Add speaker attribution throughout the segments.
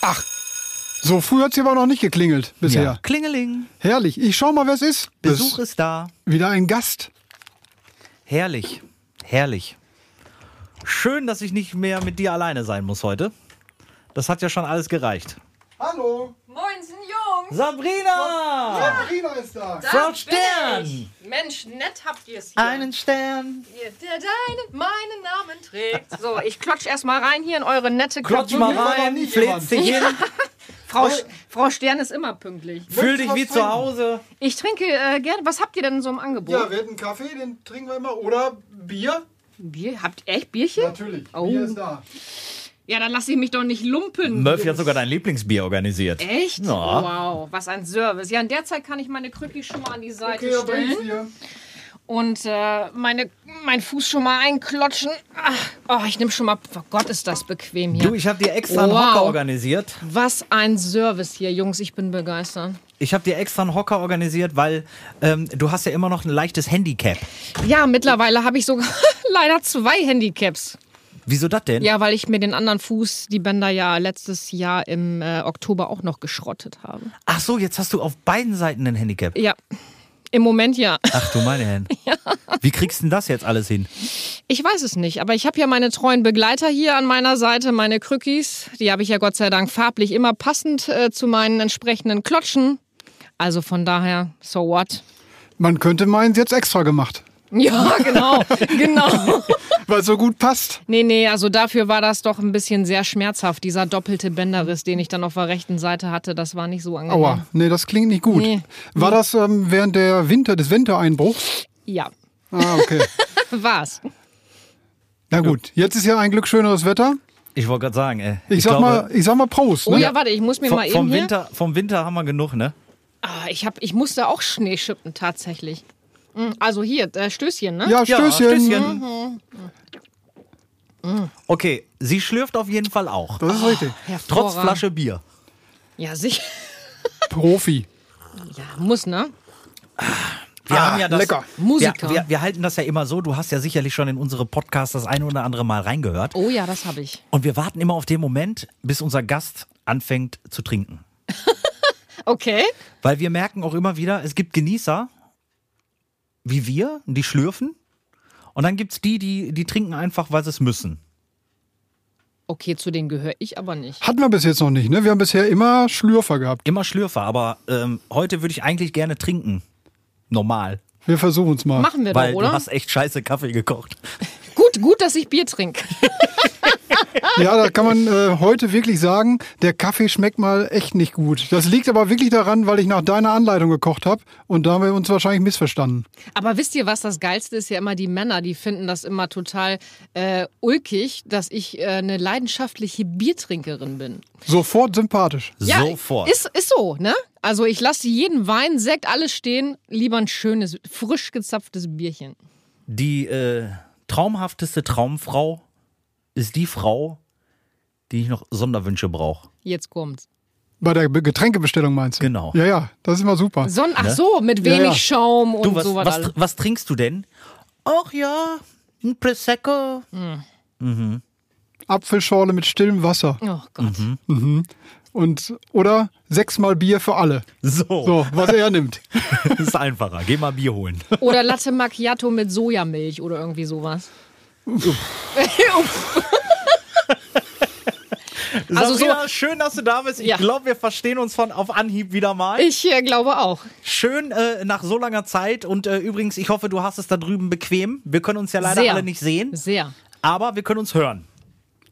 Speaker 1: Ach, so früh hat's hier aber noch nicht geklingelt bisher.
Speaker 2: Ja. Klingeling,
Speaker 1: Herrlich. Ich schau mal, wer es ist.
Speaker 2: Besuch
Speaker 1: Das-
Speaker 2: ist da.
Speaker 1: Wieder ein Gast.
Speaker 2: Herrlich, herrlich. Schön, dass ich nicht mehr mit dir alleine sein muss heute. Das hat ja schon alles gereicht.
Speaker 1: Hallo,
Speaker 3: Moinsen Jungs!
Speaker 2: Sabrina!
Speaker 1: Sabrina ist da.
Speaker 3: Da
Speaker 2: Frau
Speaker 3: bin
Speaker 2: Stern!
Speaker 3: ich. Mensch, nett habt ihr es hier.
Speaker 2: Einen Stern.
Speaker 3: Ihr, Der deinen, meinen Namen trägt. So, ich klatsch erstmal rein hier in eure nette
Speaker 2: Klotsch
Speaker 3: Kabine.
Speaker 2: mal
Speaker 1: war noch
Speaker 2: rein,
Speaker 1: nie
Speaker 2: flitz dich hin,
Speaker 3: Frau, Sch- Frau Stern ist immer pünktlich.
Speaker 2: fühl dich
Speaker 1: was
Speaker 2: wie zu
Speaker 1: trinken?
Speaker 2: Hause.
Speaker 3: Ich trinke äh, gerne. Was habt ihr denn so im Angebot?
Speaker 1: wir hätten Kaffee, den trinken wir immer. Oder Bier.
Speaker 3: Bier? Habt ihr echt Bierchen?
Speaker 1: Natürlich,
Speaker 3: Oh.
Speaker 1: Bier ist da.
Speaker 3: Ja, dann lass ich mich doch nicht lumpen.
Speaker 2: Murphy hat sogar dein Lieblingsbier organisiert.
Speaker 3: Echt?
Speaker 2: Ja.
Speaker 3: Wow, was ein Service. Ja, in der Zeit kann ich meine Krücki schon mal an die Seite
Speaker 1: Okay, aber ich
Speaker 3: stellen
Speaker 1: hier.
Speaker 3: und äh, meine, meinen Fuß schon mal einklotschen. Ach, oh, ich nehme schon mal. Oh Gott, ist das bequem hier.
Speaker 2: Du, ich habe dir extra einen
Speaker 3: Wow.
Speaker 2: Hocker organisiert.
Speaker 3: Was ein Service hier, Jungs. Ich bin begeistert.
Speaker 2: Ich habe dir extra einen Hocker organisiert, weil ähm, du hast ja immer noch ein leichtes Handicap.
Speaker 3: Ja, mittlerweile habe ich sogar leider zwei Handicaps.
Speaker 2: Wieso das denn?
Speaker 3: Ja, weil ich mir den anderen Fuß, die Bänder ja letztes Jahr im äh, Oktober auch noch geschrottet habe.
Speaker 2: Ach so, jetzt hast du auf beiden Seiten ein Handicap.
Speaker 3: Ja, im Moment ja.
Speaker 2: Ach du meine Herren. Wie kriegst du denn das jetzt alles hin?
Speaker 3: Ich weiß es nicht, aber ich habe ja meine treuen Begleiter hier an meiner Seite, meine Krückis. Die habe ich ja Gott sei Dank farblich immer passend äh, zu meinen entsprechenden Klotschen. Also von daher, so what?
Speaker 1: Man könnte meinen, sie hat's extra gemacht.
Speaker 3: Ja, genau, genau.
Speaker 1: Weil es so gut passt.
Speaker 3: Nee, nee, also dafür war das doch ein bisschen sehr schmerzhaft, dieser doppelte Bänderriss, den ich dann auf der rechten Seite hatte. Das war nicht so angenehm.
Speaker 1: Aua, nee, das klingt nicht gut.
Speaker 3: Nee.
Speaker 1: War das ähm, während der Winter, des Wintereinbruchs?
Speaker 3: Ja,
Speaker 1: Ah, okay.
Speaker 3: war's.
Speaker 1: Na gut, jetzt ist ja ein Glück schöneres Wetter.
Speaker 2: Ich wollte gerade sagen, ey.
Speaker 1: Ich, sag,
Speaker 2: glaube,
Speaker 1: mal, ich sag mal Prost.
Speaker 3: Oh
Speaker 1: Ne?
Speaker 3: ja, warte, ich muss mir
Speaker 2: vom,
Speaker 3: mal eben
Speaker 2: vom,
Speaker 3: hier...
Speaker 2: Winter, vom Winter haben wir genug, ne?
Speaker 3: Ah, ich, hab, ich musste auch Schnee schippen, tatsächlich. Mm, Also hier, äh, Stößchen, ne?
Speaker 1: Ja, Stößchen.
Speaker 3: Mhm.
Speaker 1: Mhm.
Speaker 2: Okay, sie schlürft auf jeden Fall auch.
Speaker 1: Das ist richtig.
Speaker 2: Trotz
Speaker 3: Hervorragend.
Speaker 2: Flasche Bier.
Speaker 3: Ja, sicher.
Speaker 1: Profi.
Speaker 3: Ja, muss, ne?
Speaker 2: Wir
Speaker 1: Ah,
Speaker 2: haben ja das,
Speaker 1: lecker.
Speaker 3: Musiker.
Speaker 2: Wir, wir, wir halten das ja immer so. Du hast ja sicherlich schon in unsere Podcasts das eine oder andere Mal reingehört.
Speaker 3: Oh ja, das habe ich.
Speaker 2: Und wir warten immer auf den Moment, bis unser Gast anfängt zu trinken.
Speaker 3: Okay.
Speaker 2: Weil wir merken auch immer wieder, es gibt Genießer, wie wir, die schlürfen. Und dann gibt es die, die, die trinken einfach, weil sie es müssen.
Speaker 3: Okay, zu denen gehöre ich aber nicht.
Speaker 1: Hatten wir bis jetzt noch nicht, ne? Wir haben bisher immer Schlürfer gehabt.
Speaker 2: Immer Schlürfer, aber ähm, heute würde ich eigentlich gerne trinken. Normal.
Speaker 1: Wir versuchen es mal.
Speaker 3: Machen wir
Speaker 2: Weil
Speaker 3: doch,
Speaker 2: du
Speaker 3: oder?
Speaker 2: hast echt scheiße Kaffee gekocht.
Speaker 3: Gut, gut, dass ich Bier trinke.
Speaker 1: Ja, da kann man äh, heute wirklich sagen, der Kaffee schmeckt mal echt nicht gut. Das liegt aber wirklich daran, weil ich nach deiner Anleitung gekocht habe und da haben wir uns wahrscheinlich missverstanden.
Speaker 3: Aber wisst ihr was? Das Geilste ist ja immer die Männer, die finden das immer total äh, ulkig, dass ich äh, eine leidenschaftliche Biertrinkerin bin.
Speaker 1: Sofort sympathisch.
Speaker 2: Sofort.
Speaker 3: Ist, ist so, ne? Also ich lasse jeden Wein, Sekt, alles stehen. Lieber ein schönes, frisch gezapftes Bierchen.
Speaker 2: Die äh, traumhafteste Traumfrau ist die Frau, die ich noch Sonderwünsche brauche.
Speaker 3: Jetzt kommt's.
Speaker 1: Bei der Be- Getränkebestellung meinst du?
Speaker 2: Genau.
Speaker 1: Ja, ja, das ist immer super.
Speaker 3: Son Ach so, mit wenig
Speaker 1: ja.
Speaker 3: Schaum und
Speaker 2: Ne? Du, was,
Speaker 3: so
Speaker 2: was,
Speaker 3: weiter.
Speaker 2: tr- was trinkst du denn? Ach ja, ein Prosecco.
Speaker 3: Hm.
Speaker 1: Apfelschorle mit stillem Wasser.
Speaker 3: Oh Gott.
Speaker 2: Mhm.
Speaker 1: Und, oder sechsmal Bier für alle.
Speaker 2: So,
Speaker 1: So, was er nimmt.
Speaker 2: ist einfacher. Geh mal Bier holen.
Speaker 3: Oder Latte Macchiato mit Sojamilch oder irgendwie sowas. Also
Speaker 2: Sabrina, schön, dass du da bist. Ich
Speaker 3: Ja.
Speaker 2: glaube, wir verstehen uns von auf Anhieb wieder mal.
Speaker 3: Ich äh, glaube auch.
Speaker 2: Schön äh, nach so langer Zeit. Und äh, übrigens, ich hoffe, du hast es da drüben bequem. Wir können uns ja leider
Speaker 3: Sehr.
Speaker 2: alle nicht sehen,
Speaker 3: Sehr.
Speaker 2: aber wir können uns hören.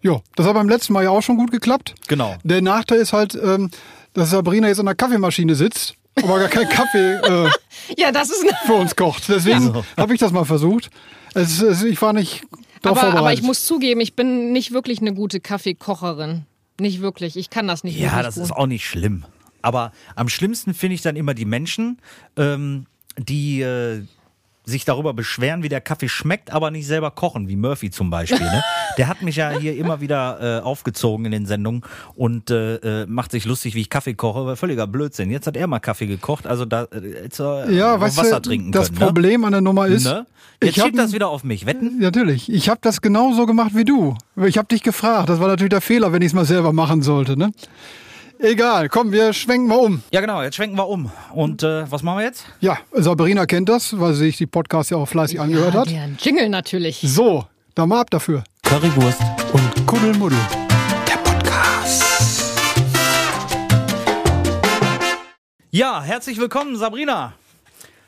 Speaker 1: Ja, das hat beim letzten Mal ja auch schon gut geklappt.
Speaker 2: Genau.
Speaker 1: Der Nachteil ist halt, ähm, dass Sabrina jetzt an der Kaffeemaschine sitzt, aber gar keinen Kaffee äh,
Speaker 3: Ja, das ist.
Speaker 1: für uns kocht. Deswegen
Speaker 2: Also.
Speaker 1: habe ich das mal versucht. Es, es, ich war nicht darauf
Speaker 3: Aber,
Speaker 1: vorbereitet.
Speaker 3: aber ich muss zugeben, ich bin nicht wirklich eine gute Kaffeekocherin. Nicht wirklich. Ich kann das nicht
Speaker 2: Ja,
Speaker 3: wirklich
Speaker 2: das
Speaker 3: gut.
Speaker 2: ist auch nicht schlimm. Aber am schlimmsten finde ich dann immer die Menschen, ähm, die äh, sich darüber beschweren, wie der Kaffee schmeckt, aber nicht selber kochen, wie Murphy zum Beispiel. Ne? Der hat mich ja hier immer wieder äh, aufgezogen in den Sendungen und äh, äh, macht sich lustig, wie ich Kaffee koche. War Völliger Blödsinn. Jetzt hat er mal Kaffee gekocht, also da äh, jetzt, äh,
Speaker 1: Ja,
Speaker 2: noch
Speaker 1: weißt
Speaker 2: Wasser
Speaker 1: du,
Speaker 2: trinken
Speaker 1: das
Speaker 2: können.
Speaker 1: Problem an der Nummer
Speaker 2: ne?
Speaker 1: ist,
Speaker 2: Ne? Jetzt
Speaker 1: ich hab
Speaker 2: schiebt das wieder auf mich. Wetten?
Speaker 1: Natürlich. Ich habe das genauso gemacht wie du. Ich habe dich gefragt. Das war natürlich der Fehler, wenn ich es mal selber machen sollte. Ne? Egal, komm, wir schwenken mal um.
Speaker 2: Ja, genau. Jetzt schwenken wir um. Und äh, was machen wir jetzt?
Speaker 1: Ja, Sabrina kennt das, weil sie sich die Podcasts ja auch fleißig angehört
Speaker 3: Ah,
Speaker 1: hat.
Speaker 3: der Jingle natürlich.
Speaker 1: So, dann mal ab dafür.
Speaker 2: Currywurst.
Speaker 1: Und Kuddelmuddel. Der Podcast.
Speaker 2: Ja, herzlich willkommen, Sabrina.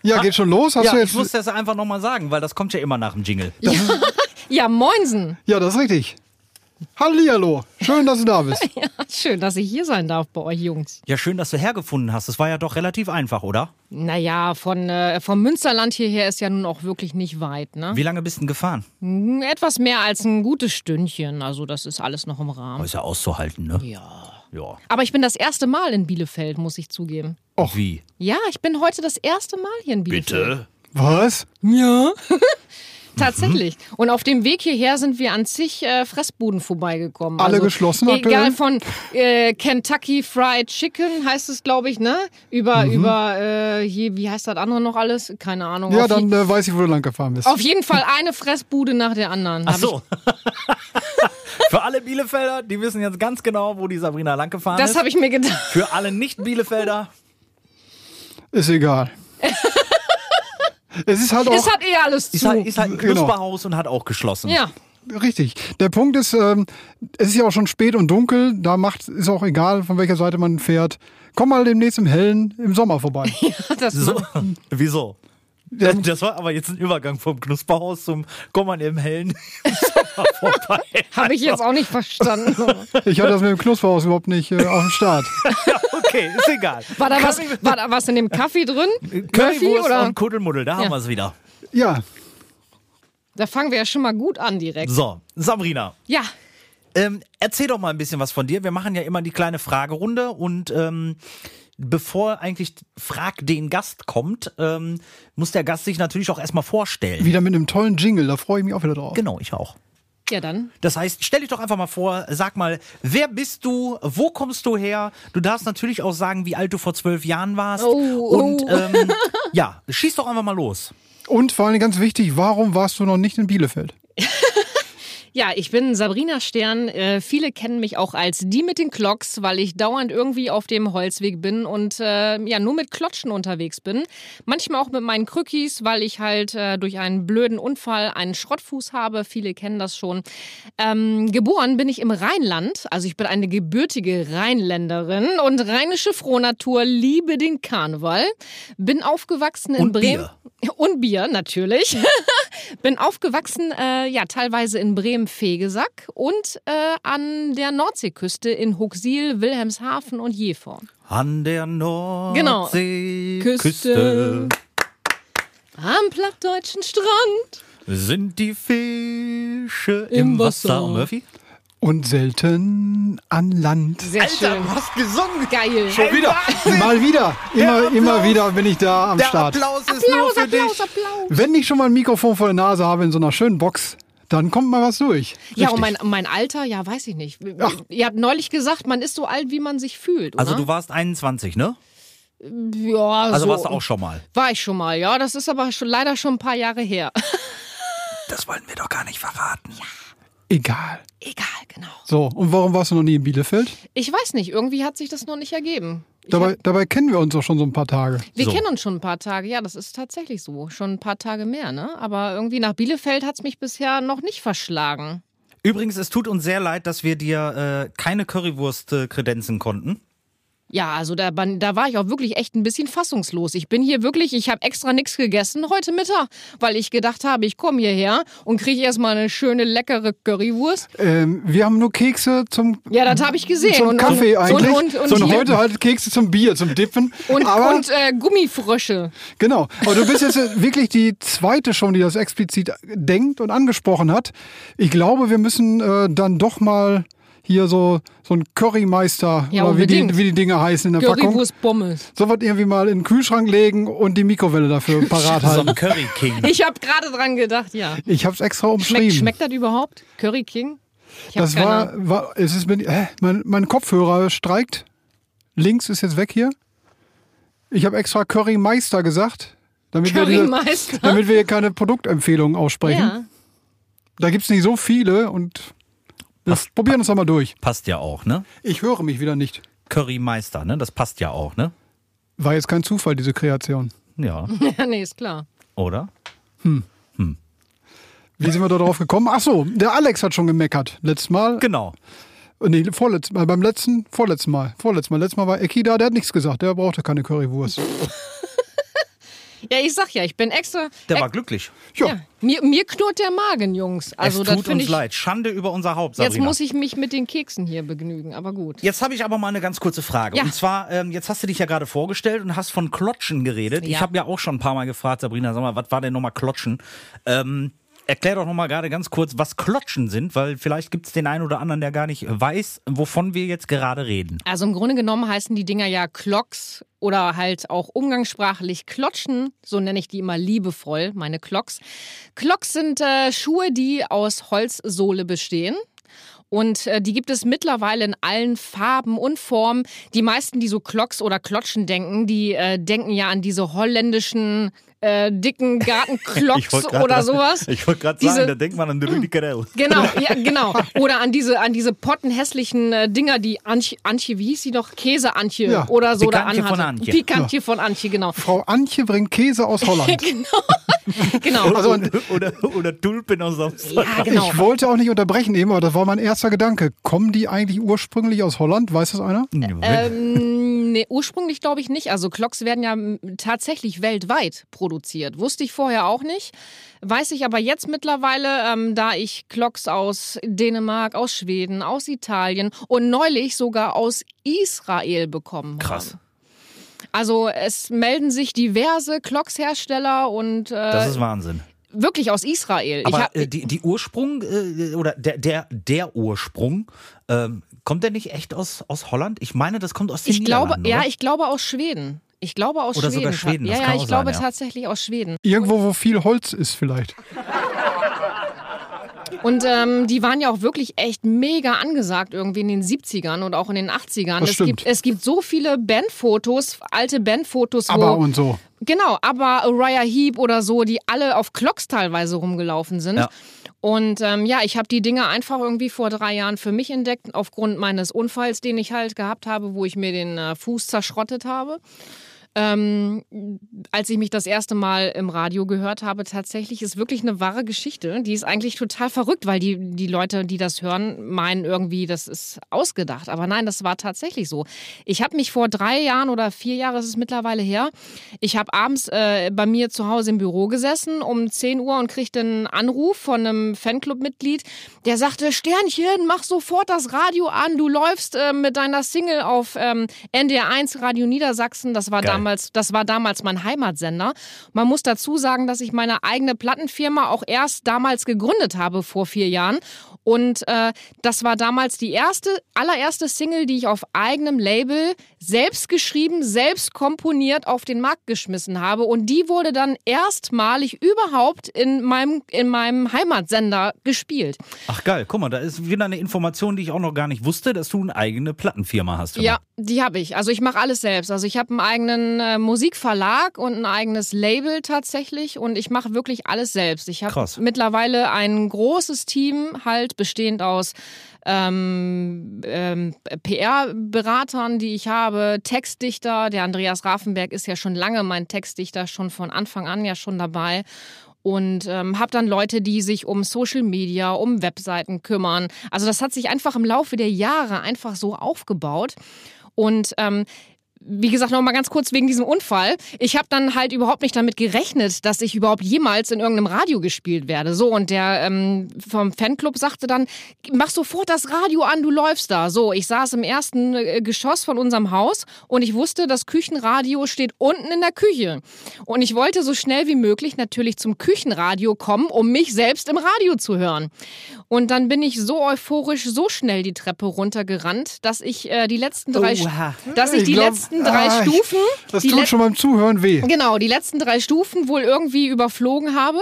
Speaker 1: Ja,
Speaker 3: Ah.
Speaker 1: geht schon los? Hast
Speaker 2: Ja,
Speaker 1: du
Speaker 2: ich
Speaker 1: jetzt.
Speaker 2: muss das einfach nochmal sagen, weil das kommt ja immer nach dem Jingle.
Speaker 3: Ja, moinsen.
Speaker 1: ja, das ist richtig. Hallihallo. Schön, dass du da bist.
Speaker 3: Ah, Schön, dass ich hier sein darf bei euch Jungs.
Speaker 2: Ja, schön, dass du hergefunden hast. Das war ja doch relativ einfach, oder?
Speaker 3: Naja, von, äh, vom Münsterland hierher ist ja nun auch wirklich nicht weit, ne?
Speaker 2: Wie lange bist du denn gefahren?
Speaker 3: Hm, Etwas mehr als ein gutes Stündchen, also das ist alles noch im Rahmen.
Speaker 2: Ist ja auszuhalten, ne?
Speaker 3: Ja.
Speaker 2: Ja.
Speaker 3: Aber ich bin das erste Mal in Bielefeld, muss ich zugeben.
Speaker 2: Och. Wie?
Speaker 3: Ja, ich bin heute das erste Mal hier in Bielefeld.
Speaker 1: Was?
Speaker 3: Ja. Tatsächlich. Und auf dem Weg hierher sind wir an zig äh, Fressbuden vorbeigekommen. Also,
Speaker 1: Alle geschlossen aktuell?
Speaker 3: Egal von äh, Kentucky Fried Chicken heißt es, glaube ich, ne? Über, über äh, hier, wie heißt das andere noch alles? Keine Ahnung.
Speaker 1: Ja,
Speaker 3: auf,
Speaker 1: dann
Speaker 3: je
Speaker 1: äh, weiß ich, wo du lang gefahren bist.
Speaker 3: auf jeden Fall eine Fressbude nach der anderen.
Speaker 2: Ach
Speaker 3: Hab
Speaker 2: so. Für alle Bielefelder, die wissen jetzt ganz genau, wo die Sabrina lang gefahren
Speaker 3: Ich, das
Speaker 2: ist.
Speaker 3: habe ich mir gedacht.
Speaker 2: Für alle Nicht-Bielefelder.
Speaker 1: Ist egal. es ist halt auch.
Speaker 3: Es hat eh alles zu.
Speaker 2: Ist halt, ist halt ein
Speaker 1: genau.
Speaker 2: Knusperhaus und hat auch geschlossen.
Speaker 3: ja.
Speaker 1: Richtig. Der Punkt ist, ähm, es ist ja auch schon spät und dunkel. Da macht ist auch egal, von welcher Seite man fährt. Komm mal demnächst im Hellen im Sommer vorbei.
Speaker 3: Das
Speaker 2: So. Wieso?
Speaker 1: Ja.
Speaker 2: Das war aber jetzt ein Übergang vom Knusperhaus zum Komm mal im Hellen Sommer vorbei.
Speaker 3: habe ich jetzt auch nicht verstanden.
Speaker 1: Ich hatte das mit dem Knusperhaus überhaupt nicht äh, auf dem Start.
Speaker 2: Ja, okay, ist egal.
Speaker 3: War da, was, war da was in dem Kaffee drin? Murphy,
Speaker 2: Currywurst
Speaker 3: oder?
Speaker 2: und Kuddelmuddel, da
Speaker 3: Ja.
Speaker 2: haben wir es wieder.
Speaker 1: Ja,
Speaker 3: Da fangen wir ja schon mal gut an direkt.
Speaker 2: So, Sabrina,
Speaker 3: Ja,
Speaker 2: ähm, erzähl doch mal ein bisschen was von dir. Wir machen ja immer die kleine Fragerunde und ähm, bevor eigentlich Frag den Gast kommt, ähm, muss der Gast sich natürlich auch erstmal vorstellen.
Speaker 1: wieder mit einem tollen Jingle. Da freue ich mich auch wieder drauf.
Speaker 2: Genau, ich auch.
Speaker 3: ja dann.
Speaker 2: Das heißt, stell dich doch einfach mal vor, sag mal, wer bist du, wo kommst du her? Du darfst natürlich auch sagen, wie alt du vor zwölf Jahren warst.
Speaker 3: Oh, oh.
Speaker 2: Und ähm, ja, schieß doch einfach mal los.
Speaker 1: Und vor allem ganz wichtig, warum warst du noch nicht in Bielefeld?
Speaker 3: Ja, ich bin Sabrina Stern. Äh, viele kennen mich auch als die mit den Klocks, weil ich dauernd irgendwie auf dem Holzweg bin und äh, ja nur mit Klotschen unterwegs bin. Manchmal auch mit meinen Krückis, weil ich halt äh, durch einen blöden Unfall einen Schrottfuß habe. Viele kennen das schon. Ähm, geboren bin ich im Rheinland, also ich bin eine gebürtige Rheinländerin und rheinische Frohnatur, liebe den Karneval. Bin aufgewachsen in
Speaker 2: Und
Speaker 3: Bremen. Und Bier, natürlich. Bin aufgewachsen, äh, ja, teilweise in Bremen-Fegesack und äh, an der Nordseeküste in Huxil, Wilhelmshaven und Jever.
Speaker 2: An der
Speaker 3: Genau.
Speaker 2: Nordseeküste
Speaker 3: Am plattdeutschen Strand.
Speaker 2: sind die Fische
Speaker 3: Im
Speaker 2: im Wasser.
Speaker 3: Wasser.
Speaker 2: Murphy?
Speaker 1: Und selten an Land.
Speaker 3: Sehr schön.
Speaker 2: hast gesungen.
Speaker 3: Geil.
Speaker 2: Schon wieder.
Speaker 1: Mal wieder. Immer,
Speaker 2: Applaus.
Speaker 1: immer wieder bin ich da am
Speaker 2: Der
Speaker 1: Start.
Speaker 2: Applaus ist nur
Speaker 3: Applaus,
Speaker 2: für
Speaker 3: Applaus,
Speaker 2: dich.
Speaker 3: Applaus.
Speaker 1: Wenn ich schon mal ein Mikrofon vor der Nase habe in so einer schönen Box, dann kommt mal was durch.
Speaker 3: Ja,
Speaker 1: Richtig.
Speaker 3: um und mein, mein Alter, ja, weiß ich nicht. Ihr habt neulich gesagt, man ist so alt, wie man sich fühlt, oder?
Speaker 2: Also du warst 21, ne?
Speaker 3: ja,
Speaker 2: Also
Speaker 3: so.
Speaker 2: warst du auch schon mal.
Speaker 3: War ich schon mal, ja. Das ist aber schon, leider schon ein paar Jahre her.
Speaker 2: Das wollten wir doch gar nicht verraten.
Speaker 1: Egal.
Speaker 3: Egal, genau.
Speaker 1: So, und warum warst du noch nie in Bielefeld?
Speaker 3: Ich weiß nicht, irgendwie hat sich das noch nicht ergeben. Ich
Speaker 1: Dabei, dabei kennen wir uns auch schon so ein paar Tage.
Speaker 3: Wir
Speaker 2: So.
Speaker 3: kennen uns schon ein paar Tage, ja, das ist tatsächlich so. Schon ein paar Tage mehr, ne? Aber irgendwie nach Bielefeld hat es mich bisher noch nicht verschlagen.
Speaker 2: Übrigens, es tut uns sehr leid, dass wir dir äh, keine Currywurst äh, kredenzen konnten.
Speaker 3: Ja, also da, ban- da war ich auch wirklich echt ein bisschen fassungslos. Ich bin hier wirklich, ich habe extra nichts gegessen heute Mittag, weil ich gedacht habe, ich komme hierher und kriege erstmal eine schöne, leckere Currywurst.
Speaker 1: Ähm, wir haben nur Kekse zum,
Speaker 3: Ja, das habe ich gesehen.
Speaker 1: zum
Speaker 3: und,
Speaker 1: Kaffee
Speaker 3: und,
Speaker 1: eigentlich.
Speaker 3: Und, und, und,
Speaker 1: Sondern
Speaker 3: hier-
Speaker 1: heute halt Kekse zum Bier, zum Dippen.
Speaker 3: und,
Speaker 1: aber,
Speaker 3: und äh, Gummifrösche.
Speaker 1: genau. Aber du bist jetzt wirklich die zweite schon, die das explizit denkt und angesprochen hat. Ich glaube, wir müssen äh, dann doch mal hier so, so ein Currymeister
Speaker 3: Ja,
Speaker 1: oder wie die,
Speaker 3: unbedingt.
Speaker 1: wie die Dinge heißen in der Packung.
Speaker 3: Currywurst Pommes.
Speaker 1: So was irgendwie mal in den Kühlschrank legen und die Mikrowelle dafür parat
Speaker 2: So
Speaker 1: halten.
Speaker 2: ein Curry King.
Speaker 3: Ich habe gerade dran gedacht, ja.
Speaker 1: Ich habe es extra umschrieben.
Speaker 3: Schmeckt, schmeckt das überhaupt? Curry King? Ich hab
Speaker 1: das
Speaker 3: keine
Speaker 1: war,
Speaker 3: Ahnung.
Speaker 1: war es ist mit, hä, mein, mein Kopfhörer streikt. Links ist jetzt weg hier. Ich habe extra Currymeister gesagt, damit wir, diese,
Speaker 3: Currymeister.
Speaker 1: damit wir hier keine Produktempfehlungen aussprechen.
Speaker 3: Ja.
Speaker 1: Da gibt es nicht so viele und wir
Speaker 2: Passt-
Speaker 1: probieren uns doch mal durch.
Speaker 2: Passt ja auch, ne?
Speaker 1: Ich höre mich wieder nicht.
Speaker 2: Currymeister, ne? Das passt ja auch, ne?
Speaker 1: War jetzt kein Zufall, diese Kreation.
Speaker 2: Ja,
Speaker 3: ja, nee, ist klar.
Speaker 2: oder?
Speaker 1: Wie sind wir da drauf gekommen? Ach so, der Alex hat schon gemeckert. Letztes Mal.
Speaker 2: Genau.
Speaker 1: Nee, vorletzt, äh, beim letzten, vorletzten Mal. Vorletztes Mal. Letztes Mal war Eki da, der hat nichts gesagt. Der brauchte keine Currywurst.
Speaker 3: Ja, ich sag ja, ich bin extra.
Speaker 2: Der war glücklich.
Speaker 1: Jo.
Speaker 3: ja. mir, mir knurrt der Magen, Jungs. Also
Speaker 2: es
Speaker 3: das
Speaker 2: tut
Speaker 3: finde
Speaker 2: uns
Speaker 3: ich.
Speaker 2: leid. Schande über unser Haupt, Sabrina.
Speaker 3: Jetzt muss ich mich mit den Keksen hier begnügen, aber gut.
Speaker 2: Jetzt habe ich aber mal eine ganz kurze Frage.
Speaker 3: Ja.
Speaker 2: Und zwar, ähm, jetzt hast du dich ja gerade vorgestellt und hast von Klotschen geredet. Ich
Speaker 3: Ja.
Speaker 2: habe ja auch schon ein paar Mal gefragt, Sabrina, sag mal, was war denn nochmal Klotschen? Ähm, erklär doch nochmal gerade ganz kurz, was Klotschen sind, weil vielleicht gibt es den einen oder anderen, der gar nicht weiß, wovon wir jetzt gerade reden.
Speaker 3: Also im Grunde genommen heißen die Dinger ja Klocks oder halt auch umgangssprachlich Klotschen. So nenne ich die immer liebevoll, meine Klocks. Klocks sind äh, Schuhe, die aus Holzsohle bestehen. Und äh, die gibt es mittlerweile in allen Farben und Formen. Die meisten, die so Klocks oder Klotschen denken, die äh, denken ja an diese holländischen äh, dicken Gartenklocks oder sowas. Diese-
Speaker 2: denkt man an die Rüdigerell.
Speaker 3: Genau, ja, genau. Oder an diese, an diese pottenhässlichen äh, Dinger, die Antje, Antje, wie hieß sie doch? Käse-Antje
Speaker 1: Ja.
Speaker 3: oder so da
Speaker 2: Pikantje
Speaker 3: anhatte.
Speaker 2: von Antje.
Speaker 3: Pikantje von Antje, genau.
Speaker 1: Frau Antje bringt Käse aus Holland.
Speaker 3: genau.
Speaker 1: Also,
Speaker 2: oder, oder Tulpen aus Amsterdam.
Speaker 3: ja, genau.
Speaker 1: Ich wollte auch nicht unterbrechen eben, aber das war mein erster Gedanke. Kommen die eigentlich ursprünglich aus Holland? Weiß das einer?
Speaker 3: Ähm, nee, ursprünglich glaube ich nicht. Also Clocks werden ja m, tatsächlich weltweit produziert. Wusste ich vorher auch nicht. Weiß ich aber jetzt mittlerweile, ähm, da ich Clocks aus Dänemark, aus Schweden, aus Italien und neulich sogar aus Israel bekommen
Speaker 2: Krass.
Speaker 3: habe. Also es melden sich diverse Clocks-Hersteller und
Speaker 2: Das
Speaker 3: äh,
Speaker 2: ist Wahnsinn.
Speaker 3: wirklich aus Israel. ich
Speaker 2: Aber
Speaker 3: hab,
Speaker 2: äh, die, die Ursprung äh, oder der, der, der Ursprung, ähm, kommt der nicht echt aus, aus Holland? Ich meine, das kommt aus den
Speaker 3: ich glaube,
Speaker 2: Niederlanden,
Speaker 3: ja,
Speaker 2: oder?
Speaker 3: ich glaube aus Schweden. Ich glaube aus
Speaker 2: Oder
Speaker 3: Schweden.
Speaker 2: sogar Schweden, das
Speaker 3: Ja,
Speaker 2: kann
Speaker 3: ja,
Speaker 2: auch
Speaker 3: ich glaube
Speaker 2: sein, ja.
Speaker 3: tatsächlich aus Schweden.
Speaker 1: Irgendwo, wo viel Holz ist vielleicht.
Speaker 3: Und ähm, die waren ja auch wirklich echt mega angesagt irgendwie in den 70ern und auch in den 80ern.
Speaker 1: Das
Speaker 3: es,
Speaker 1: stimmt.
Speaker 3: gibt, es gibt so viele Bandfotos, alte Bandfotos, wo.
Speaker 1: Aber und so.
Speaker 3: Genau, aber Uriah Heep oder so, die alle auf Clocks teilweise rumgelaufen sind.
Speaker 2: Ja.
Speaker 3: Und ähm, ja, ich habe die Dinge einfach irgendwie vor drei Jahren für mich entdeckt, aufgrund meines Unfalls, den ich halt gehabt habe, wo ich mir den äh, Fuß zerschrottet habe. Ähm, als ich mich das erste Mal im Radio gehört habe, tatsächlich ist wirklich eine wahre Geschichte. Die ist eigentlich total verrückt, weil die, die Leute, die das hören, meinen irgendwie, das ist ausgedacht. Aber nein, das war tatsächlich so. Ich habe mich vor drei Jahren oder vier Jahren, ist es mittlerweile her, ich habe abends äh, bei mir zu Hause im Büro gesessen um 10 Uhr und kriegte einen Anruf von einem Fanclub-Mitglied, der sagte, Sternchen, mach sofort das Radio an, du läufst äh, mit deiner Single auf ähm, NDR1 Radio Niedersachsen. Das war
Speaker 2: Geil.
Speaker 3: damals, das war damals mein Heimatsender. Man muss dazu sagen, dass ich meine eigene Plattenfirma auch erst damals gegründet habe, vor vier Jahren. Und äh, das war damals die erste, allererste Single, die ich auf eigenem Label selbst geschrieben, selbst komponiert auf den Markt geschmissen habe. Und die wurde dann erstmalig überhaupt in meinem, in meinem Heimatsender gespielt.
Speaker 2: Ach geil, guck mal, da ist wieder eine Information, die ich auch noch gar nicht wusste, dass du eine eigene Plattenfirma hast.
Speaker 3: Ja, die habe ich. Also ich mache alles selbst. Also ich habe einen eigenen äh, Musikverlag und ein eigenes Label tatsächlich und ich mache wirklich alles selbst. Ich habe
Speaker 2: Krass.
Speaker 3: mittlerweile ein großes Team, halt bestehend aus ähm, ähm, PR-Beratern, die ich habe, Textdichter. Der Andreas Raffenberg ist ja schon lange mein Textdichter, schon von Anfang an ja schon dabei. Und ähm, habe dann Leute, die sich um Social Media, um Webseiten kümmern. Also das hat sich einfach im Laufe der Jahre einfach so aufgebaut. Und ähm, wie gesagt, nochmal ganz kurz wegen diesem Unfall. Ich habe dann halt überhaupt nicht damit gerechnet, dass ich überhaupt jemals in irgendeinem Radio gespielt werde. So, und der ähm, vom Fanclub sagte dann, mach sofort das Radio an, du läufst da. So, ich saß im ersten äh, Geschoss von unserem Haus und ich wusste, das Küchenradio steht unten in der Küche. Und ich wollte so schnell wie möglich natürlich zum Küchenradio kommen, um mich selbst im Radio zu hören. Und dann bin ich so euphorisch so schnell die Treppe runtergerannt, dass ich äh, die letzten drei,
Speaker 2: Oha.
Speaker 3: dass ich, Hm? die
Speaker 1: glaub,
Speaker 3: letzten drei
Speaker 1: ah, ich-
Speaker 3: Stufen,
Speaker 1: Das
Speaker 3: die
Speaker 1: tut
Speaker 3: let-
Speaker 1: schon beim Zuhören weh.
Speaker 3: genau, die letzten drei Stufen wohl irgendwie überflogen habe.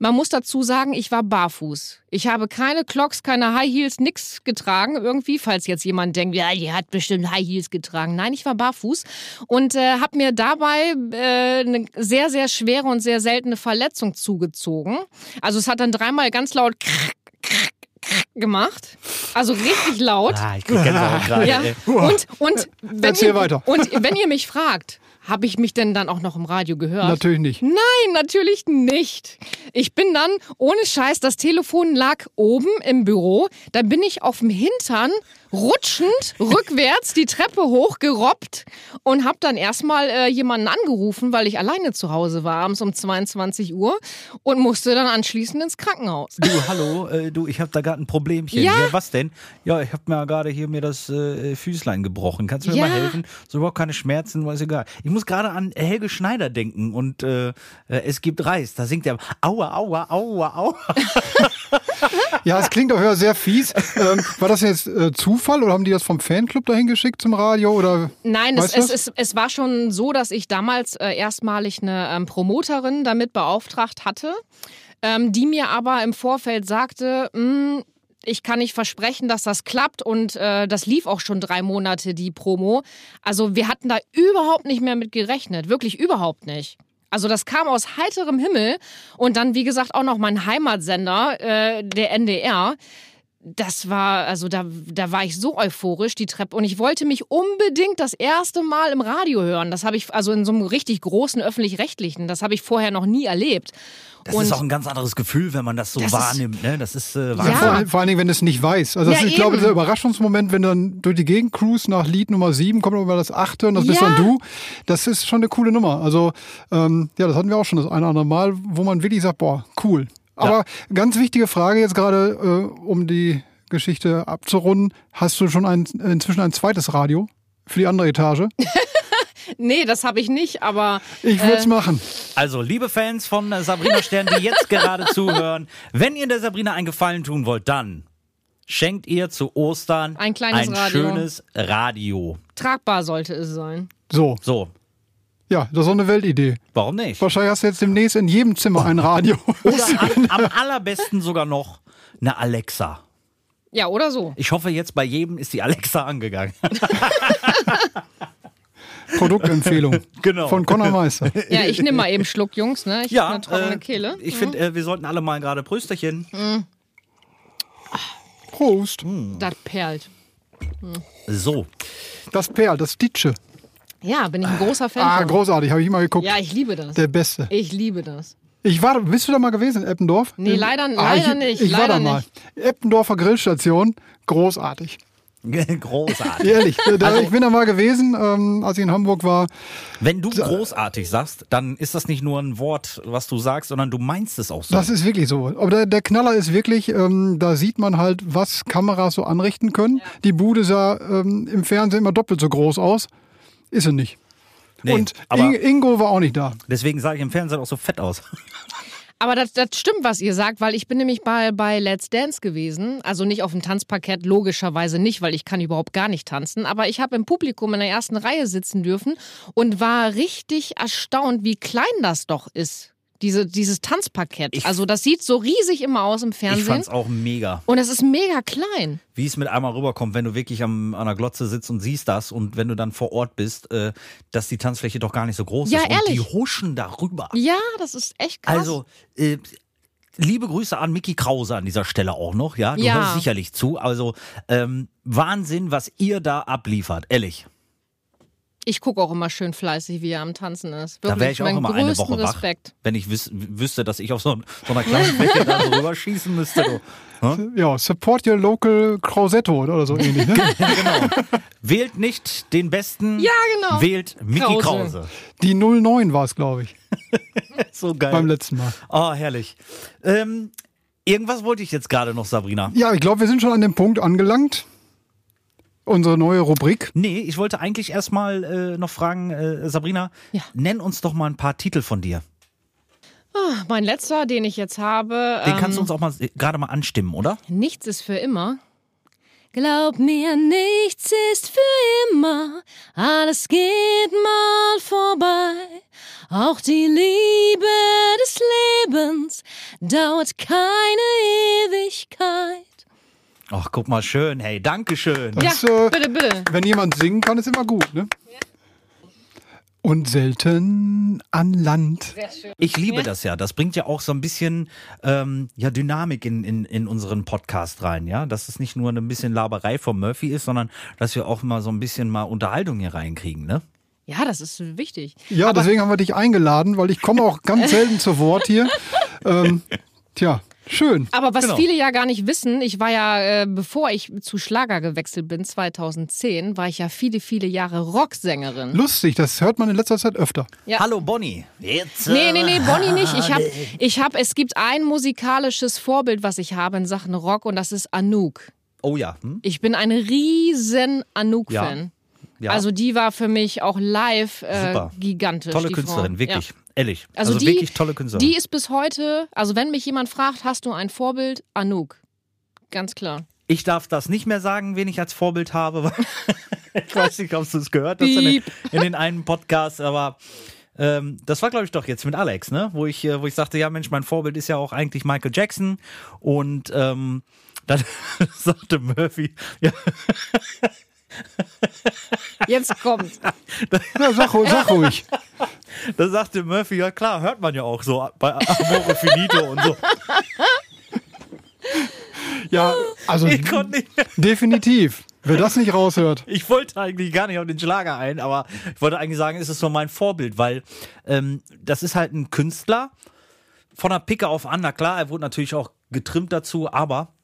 Speaker 3: Man muss dazu sagen, ich war barfuß. Ich habe keine Clocks, keine High Heels, nix getragen irgendwie, falls jetzt jemand denkt, ja, die hat bestimmt High Heels getragen. Nein, ich war barfuß und äh, habe mir dabei äh, eine sehr, sehr schwere und sehr seltene Verletzung zugezogen. Also es hat dann dreimal ganz laut gemacht. Also richtig laut.
Speaker 2: Ah, ich krieg Gänsehaut gerade.
Speaker 3: Ja.
Speaker 2: ey.
Speaker 3: Und, und, wenn
Speaker 1: Äh, Erzähl
Speaker 3: ihr,
Speaker 1: weiter.
Speaker 3: und wenn ihr mich fragt, habe ich mich denn dann auch noch im Radio gehört?
Speaker 1: Natürlich nicht.
Speaker 3: Nein, natürlich nicht. Ich bin dann, ohne Scheiß, das Telefon lag oben im Büro. Da bin ich auf dem Hintern rutschend rückwärts die Treppe hochgerobbt und habe dann erstmal äh, jemanden angerufen, weil ich alleine zu Hause war, abends um 22 Uhr und musste dann anschließend ins Krankenhaus.
Speaker 2: Du, hallo, äh, du, ich habe da gerade ein Problemchen.
Speaker 3: Ja?
Speaker 2: was denn? Ja, ich habe mir gerade hier mir das äh, Füßlein gebrochen. Kannst du mir
Speaker 3: Ja.
Speaker 2: mal helfen? So überhaupt keine Schmerzen, ist egal. Ich muss gerade an Helge Schneider denken und äh, äh, es gibt Reis. Da singt er Aua, Aua, Aua, Aua.
Speaker 1: Ja, es klingt doch ja sehr fies. ähm, war das jetzt äh, Zufall oder haben die das vom Fanclub dahin geschickt zum Radio? Oder
Speaker 3: Nein, es,
Speaker 1: weißt du
Speaker 3: es,
Speaker 1: das?
Speaker 3: es, es war schon so, dass ich damals äh, erstmalig eine ähm, Promoterin damit beauftragt hatte, ähm, die mir aber im Vorfeld sagte, "Mm, ich kann nicht versprechen, dass das klappt und äh, das lief auch schon drei Monate, die Promo. Also wir hatten da überhaupt nicht mehr mit gerechnet, wirklich überhaupt nicht. Also das kam aus heiterem Himmel und dann, wie gesagt, auch noch mein Heimatsender, äh, der NDR, das war, also da, da war ich so euphorisch, die Treppe. Und ich wollte mich unbedingt das erste Mal im Radio hören. Das habe ich, also in so einem richtig großen öffentlich-rechtlichen, das habe ich vorher noch nie erlebt.
Speaker 2: Das ist auch ein ganz anderes Gefühl, wenn man das so
Speaker 3: Das ist-
Speaker 2: wahrnimmt. Ne? Das ist äh,
Speaker 1: Ja. Vor,
Speaker 2: Wahnsinn.
Speaker 1: allen- vor allen Dingen, wenn du es nicht weißt. Also das,
Speaker 3: Ja,
Speaker 1: ist, ich glaube,
Speaker 3: eben.
Speaker 1: der Überraschungsmoment, wenn du dann durch die Gegend cruise nach Lied Nummer 7 kommt immer das achte und das bist
Speaker 3: Ja.
Speaker 1: dann du. Das ist schon eine coole Nummer. Also ähm, ja, das hatten wir auch schon das eine oder andere Mal, wo man wirklich sagt, boah, cool. Aber ganz wichtige Frage jetzt gerade, äh, um die Geschichte abzurunden. Hast du schon ein, inzwischen ein zweites Radio für die andere Etage?
Speaker 3: Nee, das habe ich nicht, aber
Speaker 1: Ich würde es machen.
Speaker 2: Also, liebe Fans von äh, Sabrina Stern, die jetzt gerade zuhören, wenn ihr der Sabrina einen Gefallen tun wollt, dann schenkt ihr zu Ostern
Speaker 3: Ein kleines
Speaker 2: ein
Speaker 3: Radio.
Speaker 2: schönes Radio.
Speaker 3: tragbar sollte es sein.
Speaker 1: So,
Speaker 2: So,
Speaker 1: ja, das ist so eine Weltidee.
Speaker 2: warum nicht?
Speaker 1: Wahrscheinlich hast du jetzt demnächst in jedem Zimmer ein Radio.
Speaker 2: Oder am, am allerbesten sogar noch eine Alexa.
Speaker 3: Ja, oder so.
Speaker 2: Ich hoffe, jetzt bei jedem ist die Alexa angegangen.
Speaker 1: Produktempfehlung
Speaker 2: Genau.
Speaker 1: von Conor Meister.
Speaker 3: Ja, ich nehme mal eben einen Schluck, Jungs, ne? Ich habe eine trockene
Speaker 2: äh,
Speaker 3: Kehle. Mhm.
Speaker 2: ich finde, äh, wir sollten alle mal gerade Prösterchen.
Speaker 1: Prost.
Speaker 3: Das perlt.
Speaker 2: So,
Speaker 1: Das Perl, das Ditsche.
Speaker 3: Ja, bin ich ein großer Fan.
Speaker 1: Ah,
Speaker 3: von.
Speaker 1: großartig, habe ich immer geguckt.
Speaker 3: Ja, ich liebe das.
Speaker 1: Der Beste.
Speaker 3: Ich liebe das.
Speaker 1: Ich war, bist du da mal gewesen in Eppendorf?
Speaker 3: Nee, leider-
Speaker 1: ah,
Speaker 3: leider
Speaker 1: ich,
Speaker 3: nicht,
Speaker 1: Ich war
Speaker 3: leider
Speaker 1: da mal. Eppendorfer Grillstation, großartig.
Speaker 2: großartig.
Speaker 1: Ehrlich, äh, da, ich bin da mal gewesen, ähm, als ich in Hamburg war.
Speaker 2: Wenn du großartig sagst, dann ist das nicht nur ein Wort, was du sagst, sondern du meinst es auch so.
Speaker 1: Das ist wirklich so. Aber der, der Knaller ist wirklich, ähm, da sieht man halt, was Kameras so anrichten können. Die Bude sah ähm, im Fernsehen immer doppelt so groß aus. Ist sie nicht.
Speaker 2: Nee,
Speaker 1: Und
Speaker 2: aber
Speaker 1: Ing- Ingo war auch nicht da.
Speaker 2: deswegen sah ich im Fernsehen auch so fett aus.
Speaker 3: Aber das, das stimmt, was ihr sagt, weil ich bin nämlich mal bei Let's Dance gewesen. Also nicht auf dem Tanzparkett, logischerweise nicht, weil ich kann überhaupt gar nicht tanzen. Aber ich habe im Publikum in der ersten Reihe sitzen dürfen und war richtig erstaunt, wie klein das doch ist. Diese, dieses Tanzparkett.
Speaker 2: Ich-
Speaker 3: also das sieht so riesig immer aus im
Speaker 2: Ich
Speaker 3: Fernsehen.
Speaker 2: fand's auch mega.
Speaker 3: Und es ist mega klein.
Speaker 2: wie es mit einmal rüberkommt, wenn du wirklich am, an der Glotze sitzt und siehst das und wenn du dann vor Ort bist, äh, dass die Tanzfläche doch gar nicht so groß
Speaker 3: Ja,
Speaker 2: ist. Und
Speaker 3: ehrlich.
Speaker 2: die huschen darüber.
Speaker 3: Ja, das ist echt krass.
Speaker 2: Also, äh, liebe Grüße an Mickey Krause an dieser Stelle auch noch, ja. Du
Speaker 3: Ja.
Speaker 2: hörst sicherlich zu. Also, ähm, Wahnsinn, was ihr da abliefert, ehrlich.
Speaker 3: Ich gucke auch immer schön fleißig, wie er am Tanzen ist.
Speaker 2: Da wäre
Speaker 3: Wirklich,
Speaker 2: ich auch
Speaker 3: meinen
Speaker 2: immer eine
Speaker 3: größten
Speaker 2: Woche wach,
Speaker 3: Respekt.
Speaker 2: wenn ich wüs wüsste, dass ich auf so, ein, so einer kleinen Fläche da so rüberschießen müsste. So. Hm?
Speaker 1: Ja, support your local Crowsetto oder so ähnlich. Ne?
Speaker 2: Wählt nicht den Besten.
Speaker 3: Ja, genau.
Speaker 2: Wählt Mickey Krause.
Speaker 3: Krause.
Speaker 1: Die 09 war es, glaube ich,
Speaker 2: So geil.
Speaker 1: beim letzten Mal.
Speaker 2: Oh, herrlich. Ähm, irgendwas wollte ich jetzt gerade noch, Sabrina.
Speaker 1: Ja, ich glaube, wir sind schon an dem Punkt angelangt. Unsere neue Rubrik.
Speaker 2: Nee, ich wollte eigentlich erstmal äh, noch fragen, äh, Sabrina,
Speaker 3: Ja.
Speaker 2: nenn uns doch mal ein paar Titel von dir.
Speaker 3: Mein letzter, den ich jetzt habe.
Speaker 2: Den
Speaker 3: ähm,
Speaker 2: kannst du uns auch mal äh, gerade mal anstimmen, oder?
Speaker 3: Nichts ist für immer. Glaub mir, nichts ist für immer. Alles geht mal vorbei. Auch die Liebe des Lebens dauert keine Ewigkeit.
Speaker 2: Ach, guck mal, schön. Hey, danke schön.
Speaker 1: Ja,
Speaker 3: Ja,
Speaker 1: Das, äh,
Speaker 3: bitte, bitte.
Speaker 1: Wenn jemand singen kann, ist immer gut, ne? Und selten an Land.
Speaker 2: Ich liebe das ja. Das bringt ja auch so ein bisschen ähm, ja, Dynamik in, in, in unseren Podcast rein, ja. Dass es nicht nur ein bisschen Laberei von Murphy ist, sondern dass wir auch mal so ein bisschen mal Unterhaltung hier reinkriegen, ne?
Speaker 3: Ja, das ist wichtig.
Speaker 1: Ja, deswegen haben wir dich eingeladen, weil ich komme auch ganz selten zu Wort hier. Ähm, tja, schön.
Speaker 3: Aber was
Speaker 2: Genau.
Speaker 3: viele ja gar nicht wissen, ich war ja, äh, bevor ich zu Schlager gewechselt bin, 2010, war ich ja viele, viele Jahre Rocksängerin.
Speaker 1: Lustig, das hört man in letzter Zeit öfter.
Speaker 3: Ja.
Speaker 2: Hallo Bonnie. Jetzt.
Speaker 3: Nee, nee, nee,
Speaker 2: äh,
Speaker 3: Bonnie nicht. Ich hab, ich hab, es gibt ein musikalisches Vorbild, was ich habe in Sachen Rock und das ist Anouk.
Speaker 2: Oh ja. Hm?
Speaker 3: Ich bin ein riesen Anouk-Fan.
Speaker 2: ja.
Speaker 3: Also die war für mich auch live äh,
Speaker 2: Super.
Speaker 3: gigantisch.
Speaker 2: tolle
Speaker 3: die
Speaker 2: Künstlerin,
Speaker 3: Frau.
Speaker 2: wirklich.
Speaker 3: Ja.
Speaker 2: Ehrlich.
Speaker 3: Also,
Speaker 2: Also,
Speaker 3: die,
Speaker 2: wirklich tolle Künstlerin.
Speaker 3: Die ist bis heute, also wenn mich jemand fragt, hast du ein Vorbild? Anouk. Ganz klar.
Speaker 2: Ich darf das nicht mehr sagen, wen ich als Vorbild habe. weil- ich weiß nicht, ob du es gehört hast in den,
Speaker 3: Piep.
Speaker 2: in den einen Podcast, aber ähm, das war, glaube ich, doch jetzt mit Alex, ne? Wo ich, äh, wo ich sagte, ja, Mensch, mein Vorbild ist ja auch eigentlich Michael Jackson. Und ähm, dann sagte Murphy, ja,
Speaker 3: Jetzt kommt.
Speaker 1: Ja, sag, ru- sag ruhig.
Speaker 2: dann sagte Murphy, ja klar, hört man ja auch so bei Amore Finito und so.
Speaker 1: Ja, also
Speaker 2: Ich konnte nicht mehr.
Speaker 1: definitiv. Wer das nicht raushört.
Speaker 2: Ich wollte eigentlich gar nicht auf den Schlager ein, aber ich wollte eigentlich sagen, es ist so mein Vorbild, weil ähm, das ist halt ein Künstler von der Picke auf an. Na klar, er wurde natürlich auch getrimmt dazu, aber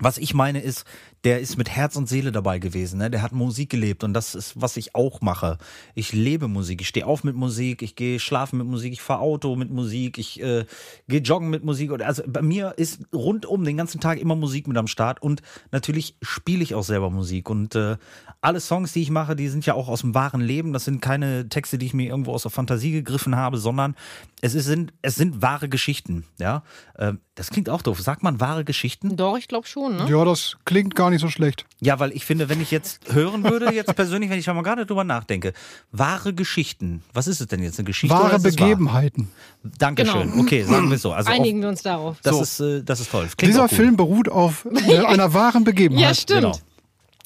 Speaker 2: was ich meine ist, der ist mit Herz und Seele dabei gewesen. Ne? Der hat Musik gelebt und das ist, was ich auch mache. Ich lebe Musik, ich stehe auf mit Musik, ich gehe schlafen mit Musik, ich fahre Auto mit Musik, ich äh, gehe joggen mit Musik. Und also bei mir ist rundum den ganzen Tag immer Musik mit am Start und natürlich spiele ich auch selber Musik. Und äh, alle Songs, die ich mache, die sind ja auch aus dem wahren Leben. Das sind keine Texte, die ich mir irgendwo aus der Fantasie gegriffen habe, sondern es, ist, sind, es sind wahre Geschichten. Ja, ähm, Das klingt auch doof. Sagt man wahre Geschichten?
Speaker 3: Doch, ich glaube schon, ne?
Speaker 1: Ja, das klingt gar nicht so schlecht.
Speaker 2: Ja, weil ich finde, wenn ich jetzt hören würde, jetzt persönlich, wenn ich da mal gerade drüber nachdenke, wahre Geschichten. Was ist es denn jetzt? Eine Geschichte? oder
Speaker 1: Wahre
Speaker 2: ist es Wahr?
Speaker 1: Begebenheiten.
Speaker 2: Dankeschön.
Speaker 3: Genau.
Speaker 2: Okay, sagen wir es so. Also
Speaker 3: Einigen
Speaker 2: auch,
Speaker 3: wir uns darauf.
Speaker 2: das,
Speaker 1: so.
Speaker 2: ist, äh, das ist toll. Klingt
Speaker 1: Dieser
Speaker 2: auch gut.
Speaker 1: Film beruht auf äh, einer wahren Begebenheit.
Speaker 3: Ja, stimmt.
Speaker 2: Genau.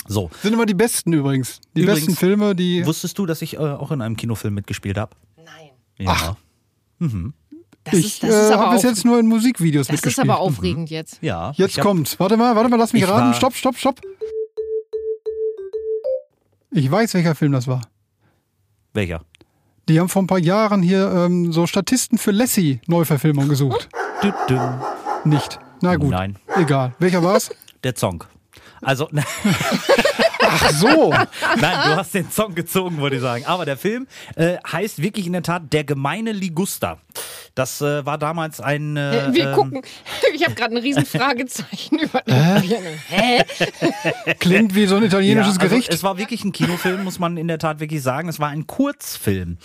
Speaker 2: So,
Speaker 1: Sind immer die besten übrigens. Die
Speaker 2: Übrigens,
Speaker 1: besten Filme, die.
Speaker 2: wusstest du, dass ich äh, auch in einem Kinofilm mitgespielt habe?
Speaker 3: Nein.
Speaker 2: Ja. Ach.
Speaker 3: Das
Speaker 1: Ich
Speaker 3: ist, das ist
Speaker 1: äh,
Speaker 3: aber
Speaker 1: habe bis
Speaker 3: auf-
Speaker 1: jetzt nur in Musikvideos
Speaker 3: Das ist
Speaker 1: mitgespielt.
Speaker 3: aber aufregend jetzt.
Speaker 2: Ja.
Speaker 1: Jetzt
Speaker 2: Ich hab-
Speaker 1: kommt's. Warte mal, warte mal, lass mich
Speaker 2: Ich
Speaker 1: raten.
Speaker 2: war-
Speaker 1: Stopp, stopp, stopp. Ich weiß, welcher Film das war.
Speaker 2: Welcher?
Speaker 1: Die haben vor ein paar Jahren hier ähm, so Statisten für Lassie Neuverfilmung gesucht.
Speaker 2: Dü -düm.
Speaker 1: Nicht. Na gut.
Speaker 2: Nein.
Speaker 1: Egal. Welcher war's?
Speaker 2: Der Song. Also, nein,
Speaker 1: Ach so.
Speaker 2: du hast den Song gezogen, würde ich sagen. Aber der Film äh, heißt wirklich in der Tat Der gemeine Liguster. Das äh, war damals ein. Äh,
Speaker 3: Wir
Speaker 2: ähm,
Speaker 3: gucken. Ich habe gerade ein riesen Fragezeichen über den Hä?
Speaker 1: Klingt wie so ein italienisches
Speaker 2: Ja, also
Speaker 1: Gericht.
Speaker 2: Es war wirklich ein Kinofilm, muss man in der Tat wirklich sagen. Es war ein Kurzfilm.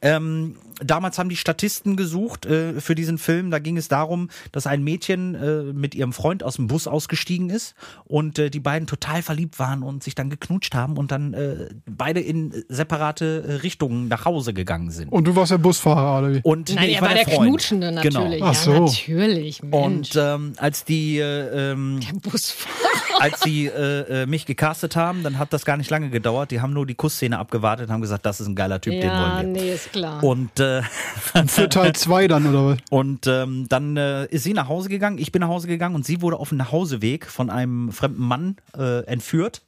Speaker 2: Ähm, damals haben die Statisten gesucht äh, für diesen Film. Da ging es darum, dass ein Mädchen äh, mit ihrem Freund aus dem Bus ausgestiegen ist und äh, die beiden total verliebt waren und sich dann geknutscht haben und dann äh, beide in separate äh, Richtungen nach Hause gegangen sind.
Speaker 1: Und du warst der Busfahrer, oder wie?
Speaker 2: Und
Speaker 3: Nein,
Speaker 2: nee,
Speaker 3: er
Speaker 2: ich
Speaker 3: war der,
Speaker 2: Freund.
Speaker 3: Knutschende natürlich.
Speaker 2: Genau.
Speaker 1: Ach so.
Speaker 3: Ja, natürlich, Mensch.
Speaker 2: Und ähm, als die äh, ähm,
Speaker 3: der Busfahrer.
Speaker 2: als sie äh, äh, mich gecastet haben, dann hat das gar nicht lange gedauert. Die haben nur die Kussszene abgewartet und haben gesagt, das ist ein geiler Typ, den
Speaker 3: Ja,
Speaker 2: wollen wir.
Speaker 3: nee, ist klar.
Speaker 2: Und, äh,
Speaker 1: Für Teil 2 dann, oder was?
Speaker 2: und ähm, dann äh, ist sie nach Hause gegangen, ich bin nach Hause gegangen und sie wurde auf dem Nachhauseweg von einem fremden Mann äh, entführt.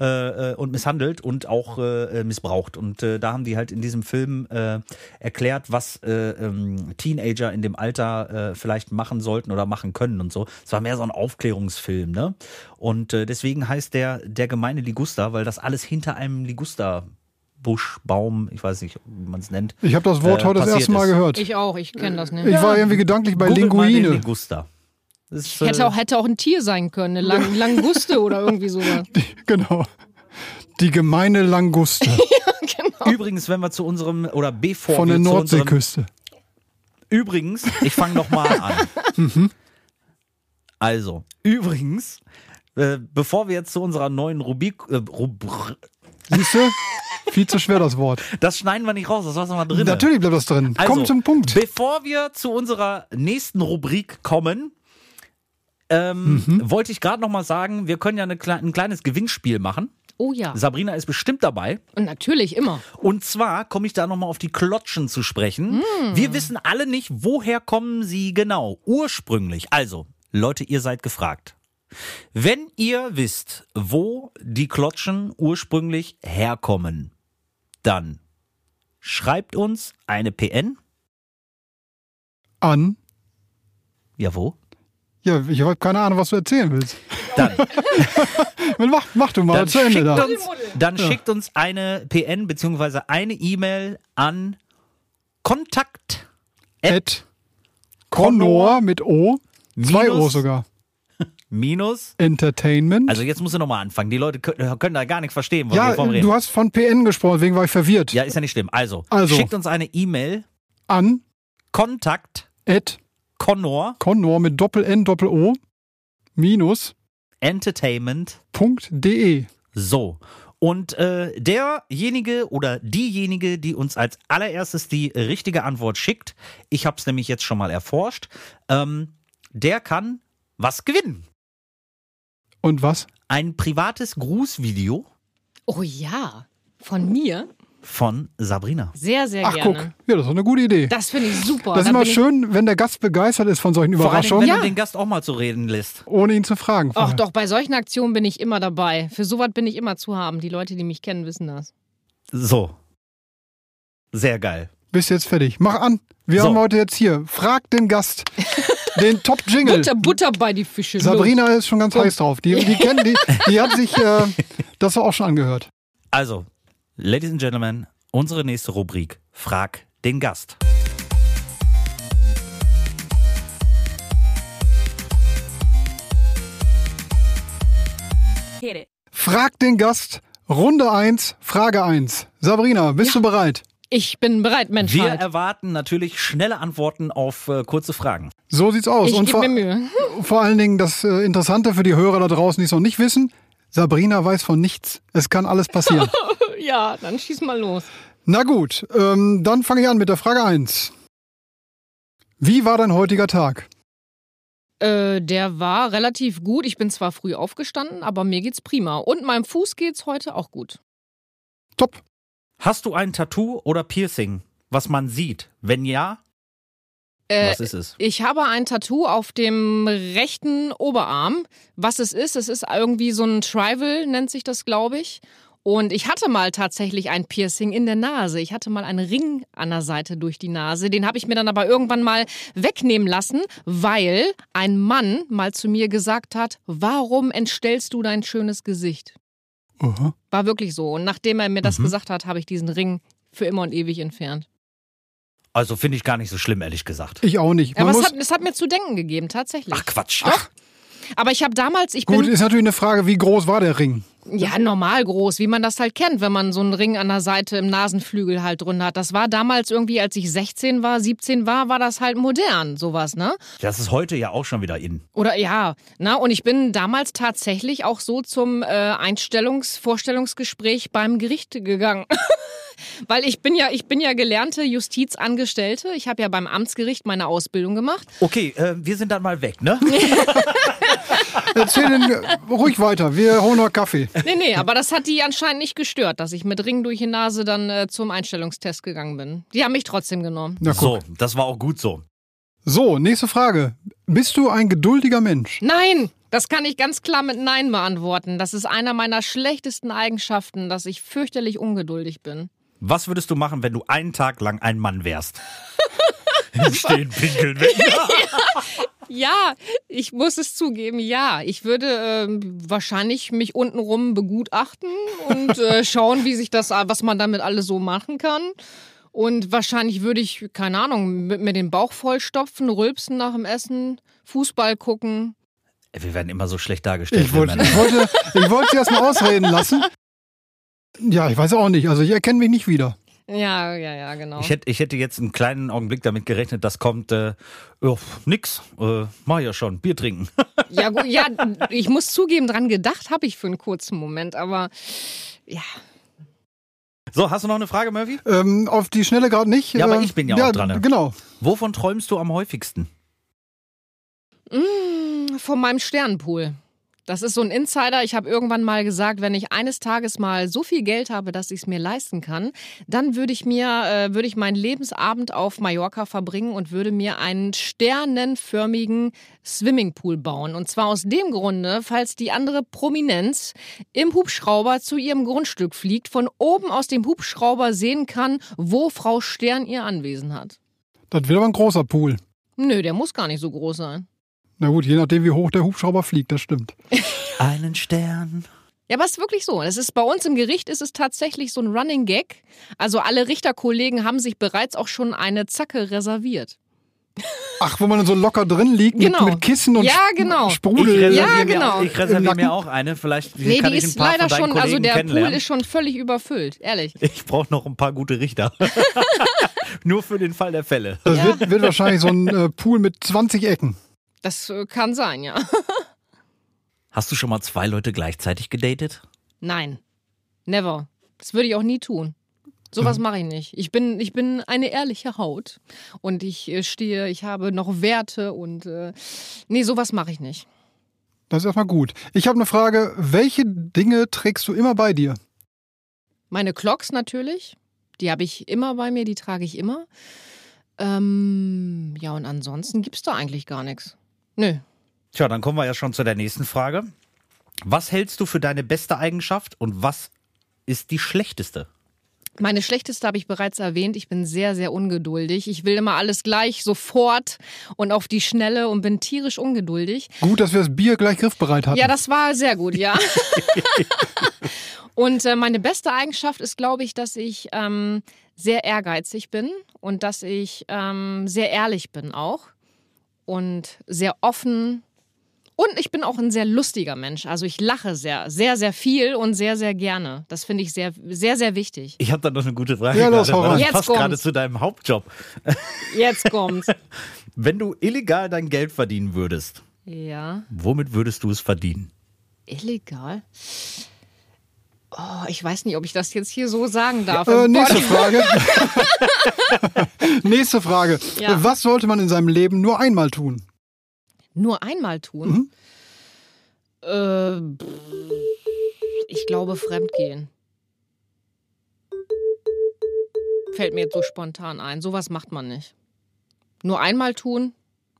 Speaker 2: äh, äh, und misshandelt und auch äh, missbraucht. Und äh, da haben die halt in diesem Film äh, erklärt, was äh, ähm, Teenager in dem Alter äh, vielleicht machen sollten oder machen können und so. Es war mehr so ein Aufklärungsfilm, ne? Und äh, deswegen heißt der der gemeine Liguster, weil das alles hinter einem Liguster. Busch, Baum, ich weiß nicht, wie man es nennt.
Speaker 1: Ich habe das Wort
Speaker 2: äh,
Speaker 1: heute das
Speaker 2: passiert
Speaker 1: erste Mal
Speaker 2: ist.
Speaker 1: gehört. Ich,
Speaker 3: Ich auch, ich kenne das nicht.
Speaker 1: war irgendwie gedanklich bei
Speaker 2: Googelt mal den
Speaker 1: Linguine.
Speaker 2: Liguster. Das ist,
Speaker 3: Hätte
Speaker 2: äh,
Speaker 3: auch, hätte auch ein Tier sein können, eine Lang Languste oder irgendwie sowas.
Speaker 1: Genau. Die gemeine Languste
Speaker 2: Übrigens, wenn wir zu unserem oder bevor
Speaker 1: von
Speaker 2: wir
Speaker 1: der
Speaker 2: zu unserem,
Speaker 1: Nordseeküste.
Speaker 2: übrigens, ich fange noch mal an.
Speaker 1: Mhm.
Speaker 2: also übrigens, äh, bevor wir jetzt zu unserer neuen Rubik, äh, Rubr
Speaker 1: Siehst du? Viel zu schwer das Wort.
Speaker 2: das schneiden wir nicht raus, das lassen wir drin.
Speaker 1: Natürlich bleibt das drin.
Speaker 2: Also,
Speaker 1: Komm zum Punkt.
Speaker 2: Bevor wir zu unserer nächsten Rubrik kommen, ähm,
Speaker 1: Mhm.
Speaker 2: wollte ich gerade noch mal sagen, wir können ja eine, kle- ein kleines Gewinnspiel machen.
Speaker 3: Oh ja.
Speaker 2: Sabrina ist bestimmt dabei.
Speaker 3: Und natürlich immer.
Speaker 2: Und zwar komme ich da nochmal auf die Klotschen zu sprechen. Wir wissen alle nicht, woher kommen sie genau, ursprünglich. Also, Leute, ihr seid gefragt. Wenn ihr wisst, wo die Klotschen ursprünglich herkommen, dann schreibt uns eine PN.
Speaker 1: An.
Speaker 2: Ja, wo?
Speaker 1: Ja, ich habe keine Ahnung, was du erzählen willst.
Speaker 2: Dann,
Speaker 1: Mach, mach du mal
Speaker 2: dann,
Speaker 1: zu Ende
Speaker 2: schickt,
Speaker 1: da.
Speaker 2: uns, dann schickt uns eine PN bzw. eine E-Mail an kontakt
Speaker 1: Ed. Connor mit O. Zwei
Speaker 2: Minus-
Speaker 1: O sogar.
Speaker 2: minus
Speaker 1: Entertainment.
Speaker 2: Also jetzt musst du nochmal anfangen. Die Leute kö- können da gar nichts verstehen,
Speaker 1: ja,
Speaker 2: wovon wir reden.
Speaker 1: du hast von PN gesprochen, deswegen war ich verwirrt.
Speaker 2: ja, ist ja nicht schlimm. Also,
Speaker 1: Also.
Speaker 2: schickt uns eine E-Mail.
Speaker 1: An.
Speaker 2: Kontakt
Speaker 1: Ed.
Speaker 2: Connor
Speaker 1: Connor mit Doppel N Doppel O. Minus.
Speaker 2: Entertainment.
Speaker 1: Punkt E. de.
Speaker 2: So. Und äh, derjenige oder diejenige, die uns als allererstes die richtige Antwort schickt, ich habe es nämlich jetzt schon mal erforscht, ähm, der kann was gewinnen.
Speaker 1: Und was?
Speaker 2: Ein privates Grußvideo
Speaker 3: Oh ja. Von mir?
Speaker 2: von Sabrina.
Speaker 3: Sehr, sehr
Speaker 1: Ach,
Speaker 3: gerne.
Speaker 1: guck. Ja, das ist eine gute Idee.
Speaker 3: Das finde ich super.
Speaker 1: das ist
Speaker 3: Da
Speaker 1: immer
Speaker 3: bin ich-
Speaker 1: schön, wenn der Gast begeistert ist von solchen
Speaker 2: Vor allem,
Speaker 1: Überraschungen,
Speaker 2: wenn
Speaker 3: Ja.
Speaker 2: du den Gast auch mal zu reden lässt.
Speaker 1: ohne ihn zu fragen.
Speaker 3: Ach
Speaker 1: vorher.
Speaker 3: doch, bei solchen Aktionen bin ich immer dabei. Für sowas bin ich immer zu haben. Die Leute, die mich kennen, wissen das.
Speaker 2: So. Sehr geil.
Speaker 1: Bist jetzt fertig. Mach an. Wir
Speaker 2: So.
Speaker 1: haben heute jetzt hier. Frag den Gast. den Top-Jingle.
Speaker 3: Butter, Butter bei die Fische.
Speaker 1: Sabrina ist schon ganz heiß drauf. Die, die kennt, die, die hat sich äh, das auch schon angehört.
Speaker 2: Also, Ladies and Gentlemen, unsere nächste Rubrik: Frag den Gast.
Speaker 4: Hit it.
Speaker 1: Frag den Gast. Runde 1, Frage 1. Sabrina, bist du bereit?
Speaker 3: Ich bin bereit, Mensch.
Speaker 2: Wir
Speaker 3: halt.
Speaker 2: erwarten natürlich schnelle Antworten auf äh, kurze Fragen.
Speaker 1: So sieht's aus.
Speaker 3: Ich
Speaker 1: Und
Speaker 3: gebe
Speaker 1: vor,
Speaker 3: mir Mühe.
Speaker 1: vor allen Dingen das äh, Interessante für die Hörer da draußen, die es noch nicht wissen, Sabrina weiß von nichts. Es kann alles passieren.
Speaker 3: Ja, dann schieß mal los.
Speaker 1: Na gut, ähm, dann fange ich an mit der Frage 1. Wie war dein heutiger Tag?
Speaker 3: Äh, der war relativ gut. Ich bin zwar früh aufgestanden, aber mir geht's prima. Und meinem Fuß geht's heute auch gut.
Speaker 1: Top.
Speaker 2: Hast du ein Tattoo oder Piercing, was man sieht? Wenn ja,
Speaker 3: Äh,
Speaker 2: was ist es?
Speaker 3: Ich habe ein Tattoo auf dem rechten Oberarm. Was es ist, es ist irgendwie so ein Tribal, nennt sich das, glaube ich. Und ich hatte mal tatsächlich ein Piercing in der Nase. Ich hatte mal einen Ring an der Seite durch die Nase. Den habe ich mir dann aber irgendwann mal wegnehmen lassen, weil ein Mann mal zu mir gesagt hat, warum entstellst du dein schönes Gesicht?
Speaker 1: Aha.
Speaker 3: War wirklich so. Und nachdem er mir
Speaker 1: Mhm.
Speaker 3: das gesagt hat, habe ich diesen Ring für immer und ewig entfernt.
Speaker 2: Also finde ich gar nicht so schlimm, ehrlich gesagt.
Speaker 1: Ich auch nicht.
Speaker 3: Aber
Speaker 1: Man
Speaker 3: es
Speaker 1: muss,
Speaker 3: hat, es hat mir zu denken gegeben, tatsächlich.
Speaker 2: Ach Quatsch.
Speaker 3: Aber ich habe damals, ich
Speaker 1: gut,
Speaker 3: bin
Speaker 1: ist natürlich eine Frage, wie groß war der Ring?
Speaker 3: Ja, normal groß, wie man das halt kennt, wenn man so einen Ring an der Seite im Nasenflügel halt drin hat. Das war damals irgendwie, als ich 16 war, 17 war, war das halt modern, sowas, ne?
Speaker 2: Das ist heute ja auch schon wieder in.
Speaker 3: Oder ja, ne? Und ich bin damals tatsächlich auch so zum äh, Einstellungs-, Vorstellungsgespräch beim Gericht gegangen. Weil ich bin ja, ich bin ja gelernte Justizangestellte. Ich habe ja beim Amtsgericht meine Ausbildung gemacht.
Speaker 2: Okay, äh, wir sind dann mal weg, ne?
Speaker 1: Erzähl den äh, ruhig weiter. Wir holen noch Kaffee.
Speaker 3: Nee, nee, aber das hat die anscheinend nicht gestört, dass ich mit Ring durch die Nase dann äh, zum Einstellungstest gegangen bin. Die haben mich trotzdem genommen.
Speaker 1: Na, guck.
Speaker 2: so, das war auch gut so.
Speaker 1: So, nächste Frage. Bist du ein geduldiger Mensch?
Speaker 3: Nein, Das kann ich ganz klar mit Nein beantworten. Das ist einer meiner schlechtesten Eigenschaften, dass ich fürchterlich ungeduldig bin.
Speaker 2: Was würdest du machen, wenn du einen Tag lang ein Mann wärst? Im Stehen pinkeln weg.
Speaker 3: Ja, ich muss es zugeben, ja. Ich würde ähm, wahrscheinlich mich untenrum begutachten und äh, schauen, wie sich das, was man damit alles so machen kann. Und wahrscheinlich würde ich, keine Ahnung, mit mir den Bauch vollstopfen, rülpsen nach dem Essen, Fußball gucken.
Speaker 2: Wir werden immer so schlecht dargestellt.
Speaker 1: Ich
Speaker 2: wir
Speaker 1: wollte,
Speaker 2: Männer.
Speaker 1: ich wollte, ich wollte sie erstmal ausreden lassen. Ja, ich weiß auch nicht. Also ich erkenne mich nicht wieder.
Speaker 3: Ja, ja, ja, genau.
Speaker 2: Ich hätte, ich hätte jetzt einen kleinen Augenblick damit gerechnet, das kommt, äh, oh, nix, äh, mach ja schon, Bier trinken.
Speaker 3: Ja, gut, ja, ich muss zugeben, dran gedacht habe ich für einen kurzen Moment, aber ja.
Speaker 2: so, hast du noch eine Frage, Murphy?
Speaker 1: Ähm, auf die Schnelle gerade nicht.
Speaker 2: Ja, aber
Speaker 1: Ähm,
Speaker 2: ich bin ja auch dran, ne?
Speaker 1: Genau.
Speaker 2: Wovon träumst du am häufigsten?
Speaker 3: Mm, Von meinem Sternenpool. Das ist so ein Insider. Ich habe irgendwann mal gesagt, wenn ich eines Tages mal so viel Geld habe, dass ich es mir leisten kann, dann würde ich mir, äh, würde ich meinen Lebensabend auf Mallorca verbringen und würde mir einen sternenförmigen Swimmingpool bauen. Und zwar aus dem Grunde, falls die andere Prominenz im Hubschrauber zu ihrem Grundstück fliegt, von oben aus dem Hubschrauber sehen kann, wo Frau Stern ihr Anwesen hat.
Speaker 1: Das wird aber ein großer Pool.
Speaker 3: Nö, der muss gar nicht so groß sein.
Speaker 1: Na gut, je nachdem, wie hoch der Hubschrauber fliegt, das stimmt.
Speaker 2: Einen Stern.
Speaker 3: Ja, aber es ist wirklich so. Es ist bei uns im Gericht ist es tatsächlich so ein Running Gag. Also alle Richterkollegen haben sich bereits auch schon eine Zacke reserviert.
Speaker 1: Ach, wo man so locker drin liegt
Speaker 3: Genau.
Speaker 1: mit, mit Kissen und
Speaker 3: Ja, genau.
Speaker 1: Sp- Sprudel.
Speaker 3: Ja, genau.
Speaker 2: mir, ich reserviere
Speaker 1: Im
Speaker 2: mir auch eine, vielleicht
Speaker 3: Nee,
Speaker 2: kann
Speaker 3: die
Speaker 2: ich ein
Speaker 3: ist
Speaker 2: paar von
Speaker 3: leider
Speaker 2: deinen
Speaker 3: schon,
Speaker 2: Kollegen
Speaker 3: also der Pool
Speaker 2: kennenlernen.
Speaker 3: ist schon völlig überfüllt, ehrlich.
Speaker 2: ich brauche noch ein paar gute Richter. Nur für den Fall der Fälle.
Speaker 1: Das wird, wird wahrscheinlich so ein äh, Pool mit 20 Ecken.
Speaker 3: Das äh, kann sein, ja.
Speaker 2: Hast du schon mal zwei Leute gleichzeitig gedatet?
Speaker 3: Nein. Never. Das würde ich auch nie tun. Sowas
Speaker 2: Hm.
Speaker 3: mache ich nicht. Ich bin, ich bin eine ehrliche Haut. Und ich äh, stehe, ich habe noch Werte und äh, nee, sowas mache ich nicht.
Speaker 1: Das ist erstmal gut. Ich habe eine Frage. Welche Dinge trägst du immer bei dir?
Speaker 3: Meine Clocks natürlich. Die habe ich immer bei mir, die trage ich immer. Ähm, ja, und ansonsten gibt es da eigentlich gar nichts. Nö.
Speaker 2: Tja, dann kommen wir ja schon zu der nächsten Frage. Was hältst du für deine beste Eigenschaft und was ist die schlechteste?
Speaker 3: Meine schlechteste habe ich bereits erwähnt. Ich bin sehr, sehr ungeduldig. Ich will immer alles gleich, sofort und auf die Schnelle und bin tierisch ungeduldig.
Speaker 1: Gut, dass wir das Bier gleich griffbereit hatten.
Speaker 3: Ja, das war sehr gut, ja. und äh, meine beste Eigenschaft ist, glaube ich, dass ich ähm, sehr ehrgeizig bin und dass ich ähm, sehr ehrlich bin auch und sehr offen. Und ich bin auch ein sehr lustiger Mensch. Also ich lache sehr, sehr, sehr viel und sehr, sehr gerne. Das finde ich sehr, sehr, sehr wichtig.
Speaker 2: Ich habe da noch eine gute Frage.
Speaker 1: Ja, los,
Speaker 2: gerade,
Speaker 1: hau
Speaker 2: weil
Speaker 1: rein.
Speaker 2: das
Speaker 3: Jetzt
Speaker 2: passt
Speaker 3: kommt's.
Speaker 2: gerade zu deinem Hauptjob.
Speaker 3: Jetzt kommt's.
Speaker 2: Wenn du illegal dein Geld verdienen würdest,
Speaker 3: ja.
Speaker 2: womit würdest du es verdienen?
Speaker 3: Illegal? Oh, ich weiß nicht, ob ich das jetzt hier so sagen darf. Oh
Speaker 1: Äh,
Speaker 3: Im
Speaker 1: nächste
Speaker 3: Podcast.
Speaker 1: Frage. nächste Frage.
Speaker 3: Ja.
Speaker 1: Was sollte man in seinem Leben nur einmal tun?
Speaker 3: Nur einmal tun?
Speaker 2: Mhm.
Speaker 3: Äh, pff, ich glaube, fremdgehen. Fällt mir jetzt so spontan ein. Sowas macht man nicht. Nur einmal tun?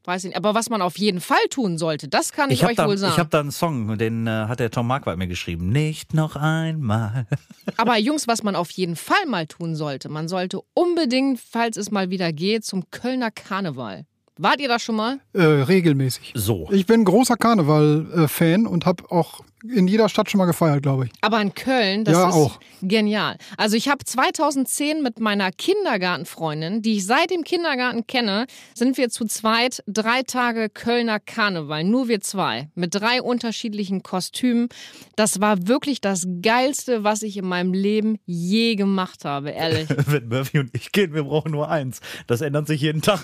Speaker 3: Weiß ich nicht. Aber was man auf jeden Fall tun sollte, das kann Hm, ich,
Speaker 2: hab
Speaker 3: euch
Speaker 2: da,
Speaker 3: wohl sagen.
Speaker 2: ich hab da einen Song, den äh, hat der Tom Marquardt mir geschrieben. Nicht noch einmal.
Speaker 3: Aber Jungs, was man auf jeden Fall mal tun sollte, man sollte unbedingt, falls es mal wieder geht, zum Kölner Karneval. Wart ihr da schon mal?
Speaker 1: Äh, regelmäßig.
Speaker 2: So.
Speaker 1: Ich bin großer Karneval-Fan und habe auch in jeder Stadt schon mal gefeiert, glaube ich.
Speaker 3: Aber in Köln, das
Speaker 1: Ja,
Speaker 3: ist
Speaker 1: auch.
Speaker 3: genial. Also ich habe 2010 mit meiner Kindergartenfreundin, die ich seit dem Kindergarten kenne, sind wir zu zweit drei Tage Kölner Karneval. Nur wir zwei. Mit drei unterschiedlichen Kostümen. Das war wirklich das Geilste, was ich in meinem Leben je gemacht habe, ehrlich.
Speaker 2: Wenn Murphy und ich gehen, wir brauchen nur eins. Das ändert sich jeden Tag.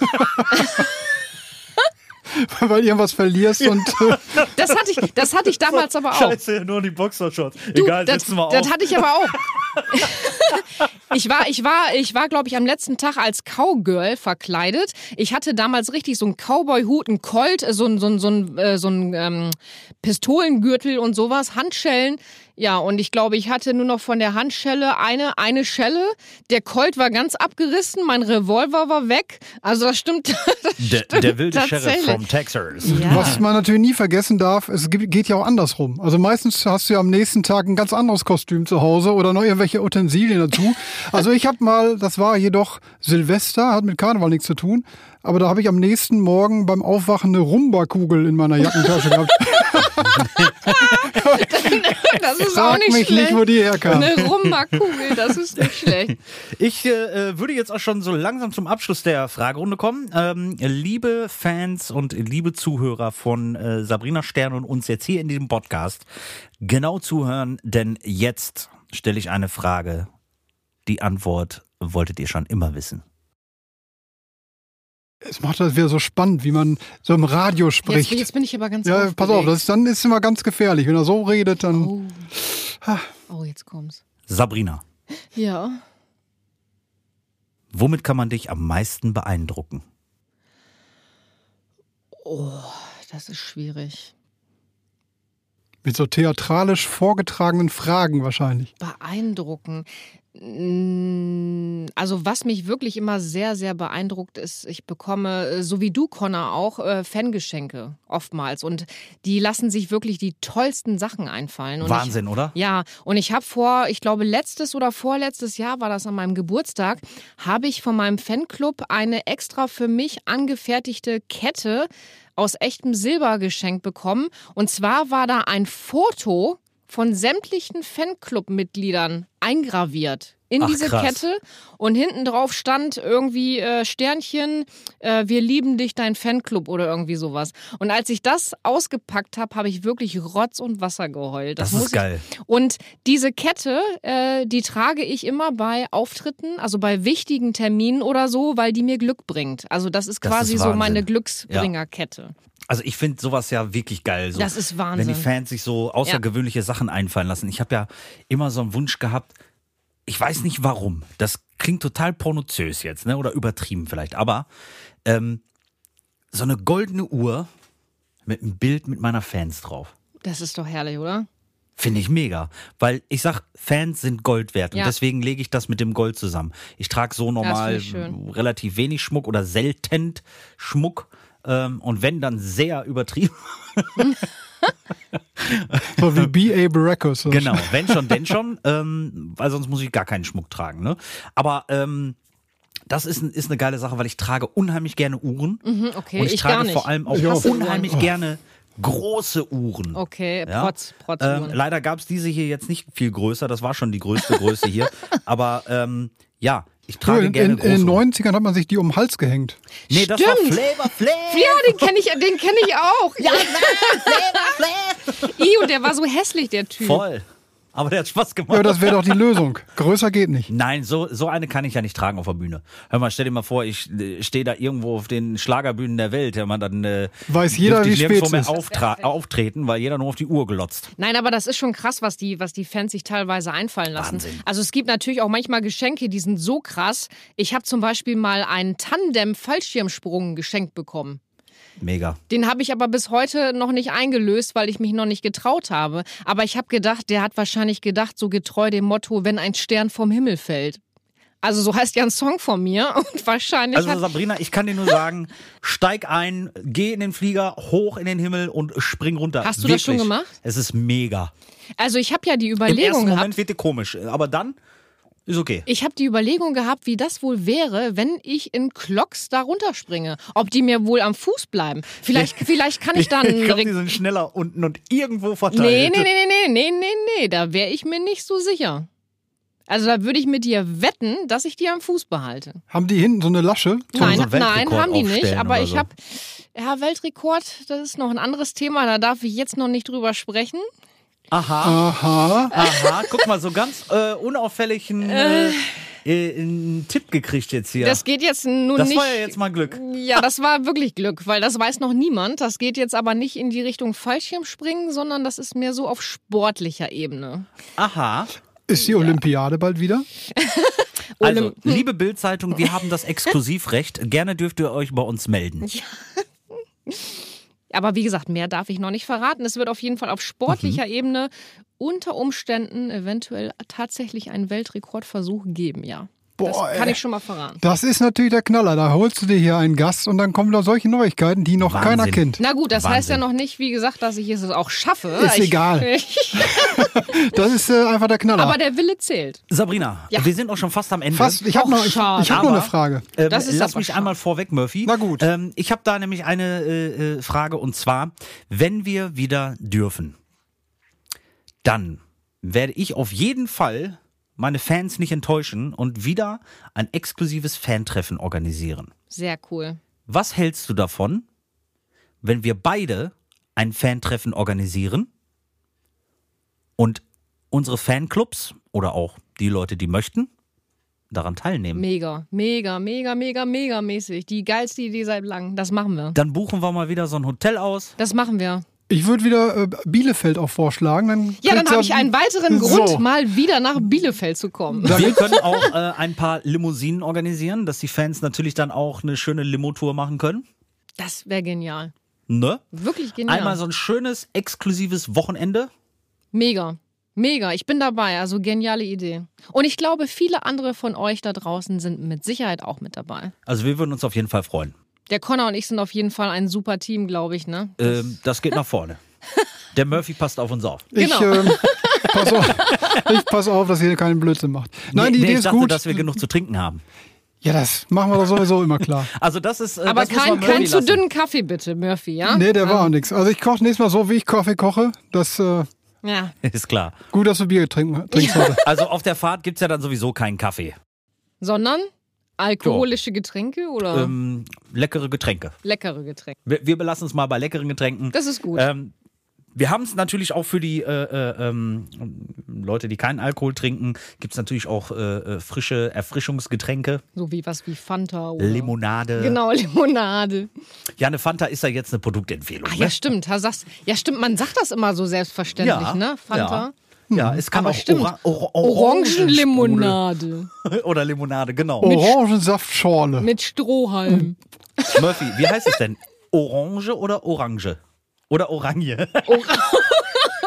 Speaker 1: Weil du irgendwas verlierst und äh,
Speaker 3: Das hatte ich, das hatte ich damals aber auch.
Speaker 2: Scheiße, nur die Boxershorts.
Speaker 3: Du,
Speaker 2: Egal,
Speaker 3: das,
Speaker 2: setzen wir
Speaker 3: das
Speaker 2: auf.
Speaker 3: hatte ich aber auch. ich war, ich war, ich war, glaube ich, am letzten Tag als Cowgirl verkleidet. Ich hatte damals richtig so einen Cowboy-Hut, einen Colt, so einen, so einen, so einen, äh, so einen ähm, Pistolengürtel und sowas, Handschellen. Ja, und ich glaube, ich hatte nur noch von der Handschelle eine, eine Schelle. Der Colt war ganz abgerissen, mein Revolver war weg. Also das stimmt. Das
Speaker 2: Der,
Speaker 3: stimmt
Speaker 2: der wilde Sheriff
Speaker 3: tatsächlich.
Speaker 2: from Texas.
Speaker 3: Ja.
Speaker 1: Was man natürlich nie vergessen darf, es gibt- geht ja auch andersrum. Also meistens hast du ja am nächsten Tag ein ganz anderes Kostüm zu Hause oder noch irgendwelche Utensilien dazu. Also ich habe mal, das war jedoch Silvester, hat mit Karneval nichts zu tun, aber da habe ich am nächsten Morgen beim Aufwachen eine Rumba-Kugel in meiner Jackentasche gehabt.
Speaker 3: Das ist auch
Speaker 1: Sag
Speaker 3: nicht
Speaker 1: mich
Speaker 3: schlecht.
Speaker 1: nicht,
Speaker 3: Ne?
Speaker 1: wo die herkam.
Speaker 3: Eine Rumba-Kugel, das ist nicht schlecht.
Speaker 2: Ich äh, äh, würde jetzt auch schon so langsam zum Abschluss der Fragerunde kommen. Ähm, liebe Fans und liebe Zuhörer von äh, Sabrina Stern und uns jetzt hier in diesem Podcast, genau zuhören, denn jetzt stelle ich eine Frage. Die Antwort wolltet ihr schon immer wissen.
Speaker 1: Es macht das wieder so spannend, wie man so im Radio
Speaker 3: Jetzt,
Speaker 1: spricht.
Speaker 3: jetzt bin ich aber ganz
Speaker 1: ja, pass auf,
Speaker 3: aufgeregt.
Speaker 1: das ist, dann ist immer ganz gefährlich. Wenn er so redet, dann...
Speaker 3: Oh. oh, jetzt kommt's.
Speaker 2: Sabrina,
Speaker 3: Ja.
Speaker 2: womit kann man dich am meisten beeindrucken?
Speaker 3: Oh, Das ist schwierig.
Speaker 1: Mit so theatralisch vorgetragenen Fragen wahrscheinlich.
Speaker 3: Beeindrucken. Mm, Also was mich wirklich immer sehr, sehr beeindruckt ist, ich bekomme, äh, so wie du, Connor, auch äh, Fangeschenke oftmals. Und die lassen sich wirklich die tollsten Sachen einfallen. Und Ich,
Speaker 2: Wahnsinn, oder?
Speaker 3: Ja, und ich habe vor, ich glaube, letztes oder vorletztes Jahr war das an meinem Geburtstag, habe ich von meinem Fanclub eine extra für mich angefertigte Kette aus echtem Silber geschenkt bekommen. Und zwar war da ein Foto von sämtlichen Fanclub-Mitgliedern eingraviert in
Speaker 2: Ach,
Speaker 3: diese
Speaker 2: krass.
Speaker 3: Kette. Und hinten drauf stand irgendwie äh, Sternchen, äh, wir lieben dich, dein Fanclub oder irgendwie sowas. Und als ich das ausgepackt habe, habe ich wirklich Rotz und Wasser geheult.
Speaker 2: Das,
Speaker 3: muss
Speaker 2: ist
Speaker 3: ich
Speaker 2: geil.
Speaker 3: und diese Kette, äh, die trage ich immer bei Auftritten, also bei wichtigen Terminen oder so, weil die mir Glück bringt. Also das ist
Speaker 2: Das
Speaker 3: quasi
Speaker 2: ist
Speaker 3: so
Speaker 2: Wahnsinn.
Speaker 3: meine Glücksbringerkette.
Speaker 2: Also ich finde sowas ja wirklich geil. So,
Speaker 3: Das ist Wahnsinn.
Speaker 2: Wenn die Fans sich so außergewöhnliche Sachen einfallen lassen. Ich habe ja immer so einen Wunsch gehabt, ich weiß nicht warum. Das klingt total pornozös jetzt, ne? Oder übertrieben vielleicht. Aber ähm, so eine goldene Uhr mit einem Bild mit meiner Fans drauf.
Speaker 3: Das ist doch herrlich, oder?
Speaker 2: Finde ich mega. Weil ich sag, Fans sind Gold wert. Und
Speaker 3: Ja.
Speaker 2: deswegen lege ich das mit dem Gold zusammen. Ich trage so normal
Speaker 3: ich schön.
Speaker 2: relativ wenig Schmuck oder selten Schmuck. Ähm, und wenn, dann sehr übertrieben.
Speaker 1: So wie B.A. Baracus.
Speaker 2: Genau, wenn schon, denn schon, ähm, weil sonst muss ich gar keinen Schmuck tragen. Ne? Aber ähm, das ist, ein- ist eine geile Sache, weil ich trage unheimlich gerne Uhren.
Speaker 3: Mhm, okay,
Speaker 2: und ich,
Speaker 3: ich
Speaker 2: trage
Speaker 3: gar nicht.
Speaker 2: vor allem auch
Speaker 3: Ich hasse
Speaker 2: unheimlich
Speaker 3: Uhren.
Speaker 2: gerne große Uhren.
Speaker 3: Okay,
Speaker 2: Ja?
Speaker 3: Protz, Protz.
Speaker 2: Ähm, leider gab es diese hier jetzt nicht viel größer, das war schon die größte Größe hier. Aber ähm, ja, ich
Speaker 1: Früher
Speaker 2: trage
Speaker 1: in,
Speaker 2: gerne
Speaker 1: in,
Speaker 2: große
Speaker 1: in den
Speaker 2: Uhren.
Speaker 1: 90ern hat man sich die um den Hals gehängt.
Speaker 2: Nee, das war
Speaker 3: Stimmt.
Speaker 2: Flavor Flav.
Speaker 3: ja, den kenne ich, den kenne ich auch. Ja, I, und der war so hässlich, der Typ.
Speaker 2: Voll. Aber der hat Spaß gemacht.
Speaker 1: Ja, das wäre doch die Lösung. Größer geht nicht.
Speaker 2: Nein, so, so eine kann ich ja nicht tragen auf der Bühne. Hör mal, stell dir mal vor, ich äh, stehe da irgendwo auf den Schlagerbühnen der Welt. Hör mal, dann äh,
Speaker 1: Weiß jeder,
Speaker 2: dürfte ich
Speaker 1: wie
Speaker 2: nirgendwo
Speaker 1: spät es
Speaker 2: mehr
Speaker 1: ist.
Speaker 2: auftra- auftreten, weil jeder nur auf die Uhr gelotzt.
Speaker 3: Nein, aber das ist schon krass, was die, was die Fans sich teilweise einfallen lassen.
Speaker 2: Wahnsinn.
Speaker 3: Also es gibt natürlich auch manchmal Geschenke, die sind so krass. Ich habe zum Beispiel mal einen Tandem-Fallschirmsprung geschenkt bekommen.
Speaker 2: Mega.
Speaker 3: Den habe ich aber bis heute noch nicht eingelöst, weil ich mich noch nicht getraut habe. Aber ich habe gedacht, der hat wahrscheinlich gedacht, so getreu dem Motto, wenn ein Stern vom Himmel fällt. Also so heißt ja ein Song von mir und wahrscheinlich
Speaker 2: Also
Speaker 3: hat
Speaker 2: Sabrina, ich kann dir nur sagen, steig ein, geh in den Flieger, hoch in den Himmel und spring runter.
Speaker 3: Hast du das schon gemacht?
Speaker 2: Es ist mega.
Speaker 3: also ich habe ja die
Speaker 2: Im ersten
Speaker 3: Überlegung gehabt.
Speaker 2: Moment wird dir komisch, aber dann ist okay.
Speaker 3: Ich habe die Überlegung gehabt, wie das wohl wäre, wenn ich in Klocks da runterspringe. Ob die mir wohl am Fuß bleiben. Vielleicht, vielleicht kann ich dann.
Speaker 2: ich glaube, die
Speaker 3: nee,
Speaker 2: sind schneller unten und irgendwo
Speaker 3: nee,
Speaker 2: verteilt.
Speaker 3: nee, nee, nee, nee, nee, nee, da wäre ich mir nicht so sicher. Also da würde ich mit dir wetten, dass ich die am Fuß behalte.
Speaker 1: Haben die hinten so eine Lasche?
Speaker 2: Sollen
Speaker 3: Nein,
Speaker 2: so einen
Speaker 3: nein,
Speaker 2: Weltrekord
Speaker 3: haben die nicht.
Speaker 2: aufstellen
Speaker 3: Aber
Speaker 2: oder
Speaker 3: ich
Speaker 2: so?
Speaker 3: habe ja Weltrekord. Das ist noch ein anderes Thema. Da darf ich jetzt noch nicht drüber sprechen.
Speaker 2: Aha.
Speaker 1: Aha.
Speaker 2: Aha, guck mal, so ganz äh, unauffällig einen, äh, äh, einen Tipp gekriegt jetzt hier.
Speaker 3: Das geht jetzt nun
Speaker 2: Das
Speaker 3: nicht.
Speaker 2: war ja jetzt mal Glück.
Speaker 3: Ja, das war wirklich Glück, weil das weiß noch niemand. Das geht jetzt aber nicht in die Richtung Fallschirmspringen, sondern das ist mehr so auf sportlicher Ebene.
Speaker 2: Aha.
Speaker 1: Ist die Olympiade bald wieder?
Speaker 3: Hm.
Speaker 2: Also, liebe Bildzeitung, wir haben das Exklusivrecht. Gerne dürft ihr euch bei uns melden.
Speaker 3: Aber wie gesagt, mehr darf ich noch nicht verraten. Es wird auf jeden Fall auf
Speaker 2: Mhm.
Speaker 3: sportlicher Ebene unter Umständen eventuell tatsächlich einen Weltrekordversuch geben, ja.
Speaker 1: Boah,
Speaker 3: das kann
Speaker 1: ey.
Speaker 3: ich schon mal verraten.
Speaker 1: Das ist natürlich der Knaller. Da holst du dir hier einen Gast und dann kommen da solche Neuigkeiten, die noch
Speaker 2: Wahnsinn.
Speaker 1: keiner kennt.
Speaker 3: Na gut, das
Speaker 2: Wahnsinn.
Speaker 3: heißt ja noch nicht, wie gesagt, dass ich es auch schaffe.
Speaker 1: Ist
Speaker 3: ich,
Speaker 1: egal. Das ist äh, einfach der Knaller.
Speaker 3: aber der Wille zählt.
Speaker 2: Sabrina,
Speaker 3: Ja.
Speaker 2: wir sind auch schon fast am Ende.
Speaker 1: Fast, ich habe
Speaker 3: Och,
Speaker 1: noch, ich, ich
Speaker 3: schade.
Speaker 1: hab noch eine
Speaker 2: Aber-
Speaker 1: Frage.
Speaker 2: Ähm,
Speaker 3: Das ist
Speaker 2: lass
Speaker 3: aber
Speaker 2: mich
Speaker 3: schade.
Speaker 2: einmal vorweg, Murphy.
Speaker 1: Na gut.
Speaker 2: Ähm, ich habe da nämlich eine äh, äh, Frage und zwar, wenn wir wieder dürfen, dann werde ich auf jeden Fall meine Fans nicht enttäuschen und wieder ein exklusives Fantreffen organisieren.
Speaker 3: Sehr cool.
Speaker 2: Was hältst du davon, wenn wir beide ein Fantreffen organisieren und unsere Fanclubs oder auch die Leute, die möchten, daran teilnehmen?
Speaker 3: Mega, mega, mega, mega, mega mäßig. Die geilste Idee seit langem. Das machen wir.
Speaker 2: Dann buchen wir mal wieder so ein Hotel aus.
Speaker 3: Das machen wir.
Speaker 1: Ich würde wieder äh, Bielefeld auch vorschlagen. Dann
Speaker 3: Ja, dann
Speaker 1: kriegt's
Speaker 3: habe ich einen weiteren
Speaker 1: So.
Speaker 3: Grund, mal wieder nach Bielefeld zu kommen.
Speaker 2: Wir können auch äh, ein paar Limousinen organisieren, dass die Fans natürlich dann auch eine schöne Limo-Tour machen können.
Speaker 3: Das wäre genial.
Speaker 2: Ne?
Speaker 3: Wirklich genial.
Speaker 2: Einmal so ein schönes, exklusives Wochenende.
Speaker 3: Mega. Mega, ich bin dabei, also geniale Idee. Und ich glaube, viele andere von euch da draußen sind mit Sicherheit auch mit dabei.
Speaker 2: Also wir würden uns auf jeden Fall freuen.
Speaker 3: Der Connor und ich sind auf jeden Fall ein super Team, glaube ich, ne?
Speaker 2: Ähm, das geht nach vorne. Der Murphy passt auf uns auf.
Speaker 1: Ich,
Speaker 3: Genau.
Speaker 1: ähm, pass auf, ich pass auf, dass ihr keinen Blödsinn macht. Nein, die
Speaker 2: Nee,
Speaker 1: Idee
Speaker 2: ich
Speaker 1: ist
Speaker 2: dachte,
Speaker 1: gut.
Speaker 2: dass wir genug zu trinken haben.
Speaker 1: ja, das machen wir doch sowieso immer klar.
Speaker 2: Also das ist. Äh,
Speaker 3: Aber
Speaker 2: das muss
Speaker 3: kein,
Speaker 2: man Murphy
Speaker 3: kein zu
Speaker 2: lassen.
Speaker 3: dünnen Kaffee bitte, Murphy, ja? Ähm.
Speaker 1: Nee, der war auch nichts. Also ich koche nächstes Mal so, wie ich Kaffee koche. Das äh,
Speaker 3: Ja,
Speaker 2: Ist klar.
Speaker 1: gut, dass du Bier trinken, trinkst heute.
Speaker 2: Also auf der Fahrt gibt es ja dann sowieso keinen Kaffee.
Speaker 3: sondern alkoholische Getränke oder
Speaker 2: Ähm, leckere Getränke.
Speaker 3: leckere Getränke.
Speaker 2: Wir, wir belassen es mal bei leckeren Getränken.
Speaker 3: Das ist gut.
Speaker 2: Ähm, wir haben es natürlich auch für die äh, äh, ähm, Leute, die keinen Alkohol trinken, gibt es natürlich auch äh, äh, frische Erfrischungsgetränke,
Speaker 3: so wie was wie Fanta oder
Speaker 2: Limonade.
Speaker 3: Genau, Limonade.
Speaker 2: Ja, eine Fanta ist ja jetzt eine Produktempfehlung.
Speaker 3: Ach
Speaker 2: ne?
Speaker 3: ja, stimmt. Da sagst, ja, stimmt, man sagt das immer so selbstverständlich, ne? Fanta. Hm.
Speaker 2: Ja. ja, es kann
Speaker 3: Aber
Speaker 2: auch
Speaker 3: stimmt.
Speaker 2: Ora Or
Speaker 3: Orangenlimonade Oh.
Speaker 2: Orangenlimonade oder Limonade, genau.
Speaker 1: Orangensaftschorle.
Speaker 3: mit
Speaker 2: Hm.
Speaker 3: Strohhalm.
Speaker 2: Murphy, wie heißt es denn? Orange oder Orange? Oder Oranje?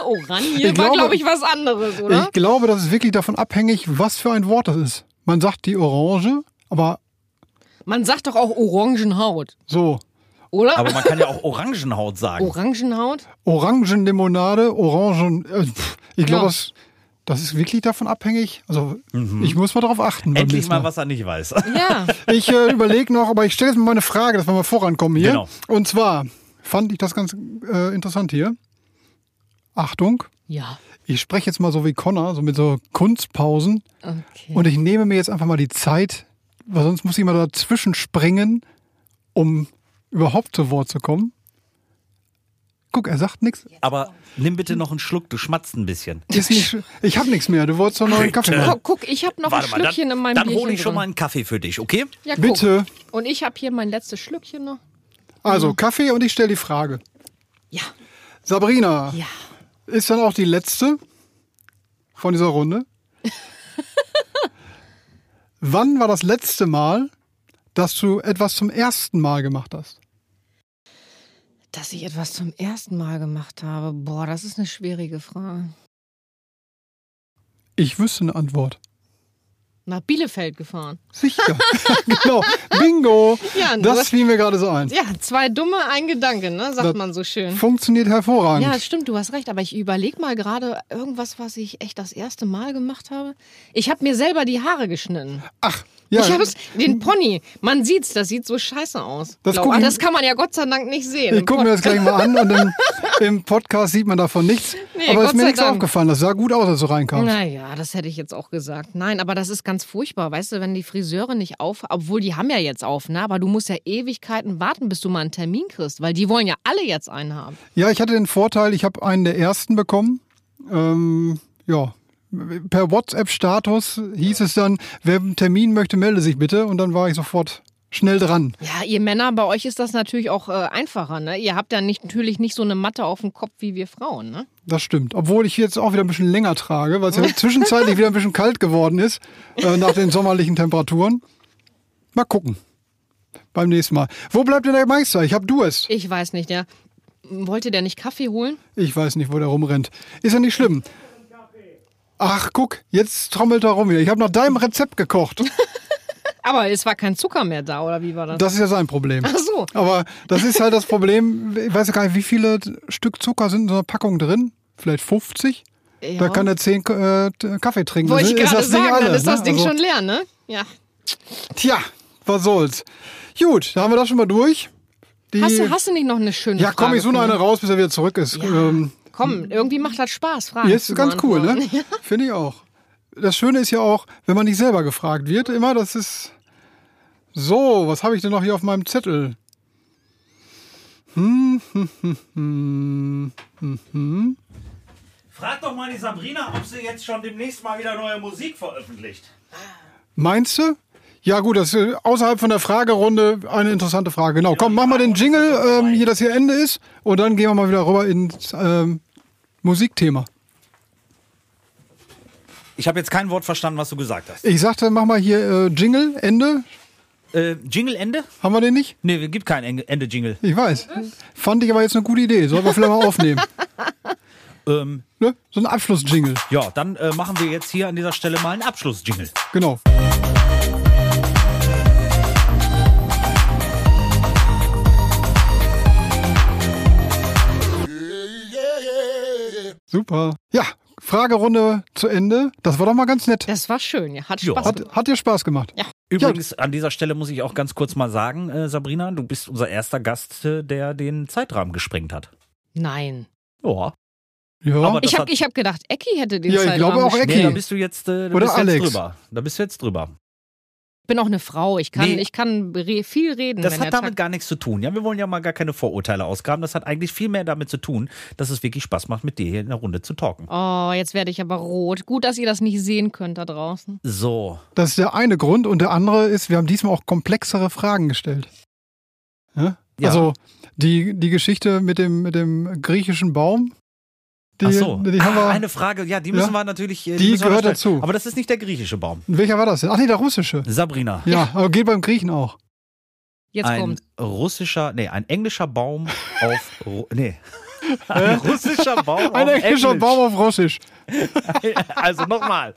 Speaker 3: Oranje
Speaker 1: Ich
Speaker 3: war,
Speaker 1: glaube-
Speaker 3: glaube ich, was anderes, oder?
Speaker 1: Ich glaube, das ist wirklich davon abhängig, was für ein Wort das ist. Man sagt die Orange, aber
Speaker 3: Man sagt doch auch Orangenhaut,
Speaker 1: so.
Speaker 3: oder?
Speaker 2: Aber man kann ja auch Orangenhaut
Speaker 3: Oh,
Speaker 2: sagen.
Speaker 3: Orangenhaut?
Speaker 1: Orangenlimonade, Orangen. Äh, pff, ich glaube,
Speaker 3: Ja.
Speaker 1: das, das ist wirklich davon abhängig. Also ich muss mal darauf achten. beim
Speaker 2: Mhm. Endlich
Speaker 1: nächsten
Speaker 3: ne?
Speaker 2: mal, was er nicht weiß.
Speaker 3: Ja.
Speaker 1: Ich äh, überlege noch, aber ich stelle jetzt mal eine Frage, dass wir mal vorankommen hier.
Speaker 2: Genau.
Speaker 1: Und zwar fand ich das ganz äh, interessant hier. Achtung,
Speaker 3: Ja.
Speaker 1: ich spreche jetzt mal so wie Connor, so mit so Kunstpausen.
Speaker 3: Okay.
Speaker 1: Und ich nehme mir jetzt einfach mal die Zeit, weil sonst muss ich mal dazwischen springen, um überhaupt zu Wort zu kommen. Guck, er sagt nichts.
Speaker 2: Aber nimm bitte noch einen Schluck, du schmatzt ein bisschen.
Speaker 1: Ist nicht, sch- ich habe nichts mehr. Du wolltest doch noch einen Kaffee machen.
Speaker 3: guck, guck, ich habe noch ein Schlückchen in
Speaker 2: äh, dann,
Speaker 3: meinem
Speaker 2: dann
Speaker 3: Bierchen
Speaker 2: hole ich schon
Speaker 3: drin.
Speaker 2: mal einen Kaffee für dich, okay?
Speaker 3: ja, guck.
Speaker 1: Bitte.
Speaker 3: Und ich habe hier mein letztes Schlückchen noch.
Speaker 1: Also Kaffee und ich stelle die Frage.
Speaker 3: Ja.
Speaker 1: Sabrina
Speaker 3: Ja.
Speaker 1: ist dann auch die letzte von dieser Runde. Wann war das letzte Mal, dass du etwas zum ersten Mal gemacht hast?
Speaker 3: Dass ich etwas zum ersten Mal gemacht habe. Boah, das ist eine schwierige Frage.
Speaker 1: Ich wüsste eine Antwort.
Speaker 3: Nach Bielefeld gefahren.
Speaker 1: Sicher. genau. Bingo.
Speaker 3: Ja, ne, du
Speaker 1: das
Speaker 3: hast-
Speaker 1: fiel mir gerade so ein.
Speaker 3: Ja, zwei dumme, ein Gedanke, ne? Sagt
Speaker 1: Das-
Speaker 3: man so schön.
Speaker 1: Funktioniert hervorragend.
Speaker 3: Ja, stimmt, du hast recht. Aber ich überlege mal gerade irgendwas, was ich echt das erste Mal gemacht habe. Ich habe mir selber die Haare geschnitten.
Speaker 1: Ach, ja.
Speaker 3: Ich habe den Pony. Man sieht's, das sieht so scheiße aus.
Speaker 1: Das
Speaker 3: glaub-
Speaker 1: gucken-
Speaker 3: Ach, das kann man ja Gott sei Dank nicht sehen.
Speaker 1: Ich gucke mir das gleich mal an und im, im Podcast sieht man davon nichts.
Speaker 3: Nee,
Speaker 1: aber
Speaker 3: Gott
Speaker 1: ist mir
Speaker 3: sei
Speaker 1: nichts
Speaker 3: Dank.
Speaker 1: aufgefallen. Das sah gut aus, als du reinkamst.
Speaker 3: Naja, das hätte ich jetzt auch gesagt. Nein, aber das ist ganz furchtbar, weißt du, wenn die Friseure nicht auf, obwohl die haben ja jetzt auf, ne? Aber du musst ja Ewigkeiten warten, bis du mal einen Termin kriegst, weil die wollen ja alle jetzt einen haben.
Speaker 1: Ja, ich hatte den Vorteil, ich habe einen der ersten bekommen. Ähm, ja. Per WhatsApp-Status hieß es dann, wer einen Termin möchte, melde sich bitte. Und dann war ich sofort schnell dran.
Speaker 3: Ja, ihr Männer, bei euch ist das natürlich auch äh, einfacher, ne? Ihr habt ja nicht, natürlich nicht so eine Matte auf dem Kopf wie wir Frauen, ne?
Speaker 1: Das stimmt. Obwohl ich jetzt auch wieder ein bisschen länger trage, weil es ja zwischenzeitlich wieder ein bisschen kalt geworden ist äh, nach den sommerlichen Temperaturen. Mal gucken. Beim nächsten Mal. Wo bleibt denn der Meister? Ich habe Durst.
Speaker 3: Ich weiß nicht, ja. Wollte der nicht Kaffee holen?
Speaker 1: Ich weiß nicht, wo der rumrennt. Ist ja nicht schlimm. Ach, guck, jetzt trommelt er rum wieder. Ich habe nach deinem Rezept gekocht.
Speaker 3: Aber es war kein Zucker mehr da, oder wie war das?
Speaker 1: Das ist ja sein Problem.
Speaker 3: Ach so.
Speaker 1: Aber das ist halt das Problem. Ich weiß ja gar nicht, wie viele Stück Zucker sind in so einer Packung drin? Vielleicht 50?
Speaker 3: Ja.
Speaker 1: Da kann er 10 äh, Kaffee trinken.
Speaker 3: Wollte ich
Speaker 1: Dann ist
Speaker 3: gerade
Speaker 1: das Ding
Speaker 3: sagen,
Speaker 1: alle,
Speaker 3: dann ist das
Speaker 1: ne?
Speaker 3: Ding
Speaker 1: Also-
Speaker 3: schon leer, ne? Ja.
Speaker 1: Tja, was soll's. Gut, da haben wir das schon mal durch. Die-
Speaker 3: Hast du, hast du nicht noch eine schöne
Speaker 1: ja, komm,
Speaker 3: Frage
Speaker 1: ich suche
Speaker 3: für
Speaker 1: noch eine
Speaker 3: mich?
Speaker 1: raus, bis er wieder zurück ist. Ähm,
Speaker 3: Komm, irgendwie macht das Spaß, Fragen.
Speaker 1: jetzt
Speaker 3: zu
Speaker 1: ist ganz cool, ne?
Speaker 3: beantworten.
Speaker 1: Finde ich auch. Das Schöne ist ja auch, wenn man nicht selber gefragt wird, immer, das ist. So, was habe ich denn noch hier auf meinem Zettel?
Speaker 2: Frag doch mal die Sabrina, ob sie jetzt schon demnächst mal wieder neue Musik veröffentlicht.
Speaker 1: Meinst du? Ja, gut, das ist äh, außerhalb von der Fragerunde eine interessante Frage. Genau, komm, mach mal den Jingle, ähm, hier, dass hier Ende ist. Und dann gehen wir mal wieder rüber ins ähm, Musikthema.
Speaker 2: Ich habe jetzt kein Wort verstanden, was du gesagt hast.
Speaker 1: Ich sagte, mach mal hier äh, Jingle, Ende.
Speaker 2: Äh, Jingle Ende?
Speaker 1: Haben wir den nicht?
Speaker 2: Nee, es gibt kein Ende- Ende Jingle.
Speaker 1: Ich weiß. Fand ich aber jetzt eine gute Idee. Sollten wir vielleicht mal aufnehmen.
Speaker 2: Ähm,
Speaker 1: Ne? So ein Abschlussjingle.
Speaker 2: ja, dann äh, machen wir jetzt hier an dieser Stelle mal einen Abschluss Jingle.
Speaker 1: Genau. Super. Ja, Fragerunde zu Ende. Das war doch mal ganz nett.
Speaker 3: Das war schön, ja. Hat
Speaker 2: Ja.
Speaker 3: Spaß. gemacht.
Speaker 1: Hat, hat dir Spaß gemacht?
Speaker 3: Ja.
Speaker 2: Übrigens, an dieser Stelle muss ich auch ganz kurz mal sagen, äh, Sabrina, du bist unser erster Gast, äh, der den Zeitrahmen gesprengt hat.
Speaker 3: Nein.
Speaker 2: Ja.
Speaker 1: Ja.
Speaker 2: Aber das
Speaker 3: Ich habe
Speaker 2: hat-
Speaker 3: ich hab gedacht, Ecki hätte den
Speaker 1: Ja, ich
Speaker 3: Zeitrahmen
Speaker 1: glaube auch,
Speaker 3: gesch-
Speaker 1: Ecki.
Speaker 2: Nee, da bist du jetzt, äh, da
Speaker 1: Oder
Speaker 2: bist du
Speaker 1: Alex.
Speaker 2: jetzt drüber. Da bist du jetzt drüber.
Speaker 3: Ich bin auch eine Frau. Ich kann,
Speaker 2: Nee.
Speaker 3: ich kann re viel reden.
Speaker 2: Das
Speaker 3: wenn
Speaker 2: hat
Speaker 3: der
Speaker 2: damit
Speaker 3: Tag
Speaker 2: gar nichts zu tun. Ja, wir wollen ja mal gar keine Vorurteile ausgraben. Das hat eigentlich viel mehr damit zu tun, dass es wirklich Spaß macht, mit dir hier in der Runde zu talken.
Speaker 3: Oh, jetzt werde ich aber rot. Gut, dass ihr das nicht sehen könnt da draußen.
Speaker 2: So.
Speaker 1: Das ist der eine Grund. Und der andere ist, wir haben diesmal auch komplexere Fragen gestellt. Ja?
Speaker 2: Ja.
Speaker 1: Also die, die Geschichte mit dem, mit dem griechischen Baum. Die,
Speaker 2: Ach so.
Speaker 1: die haben
Speaker 2: ah,
Speaker 1: wir,
Speaker 2: eine Frage, ja, die müssen
Speaker 1: Ja.
Speaker 2: wir natürlich. äh,
Speaker 1: Die
Speaker 2: müssen wir
Speaker 1: gehört
Speaker 2: noch stellen.
Speaker 1: dazu.
Speaker 2: Aber das ist nicht der griechische Baum.
Speaker 1: welcher war das denn? Ach nee, der russische.
Speaker 2: Sabrina.
Speaker 1: Ja, aber geht beim Griechen auch.
Speaker 3: Jetzt
Speaker 2: ein
Speaker 3: kommt.
Speaker 2: russischer, nee, ein englischer Baum auf. Ru nee. Ein russischer Baum
Speaker 1: Äh? Ein
Speaker 2: auf
Speaker 1: englischer
Speaker 2: Englisch.
Speaker 1: Baum auf Russisch.
Speaker 2: Also nochmal.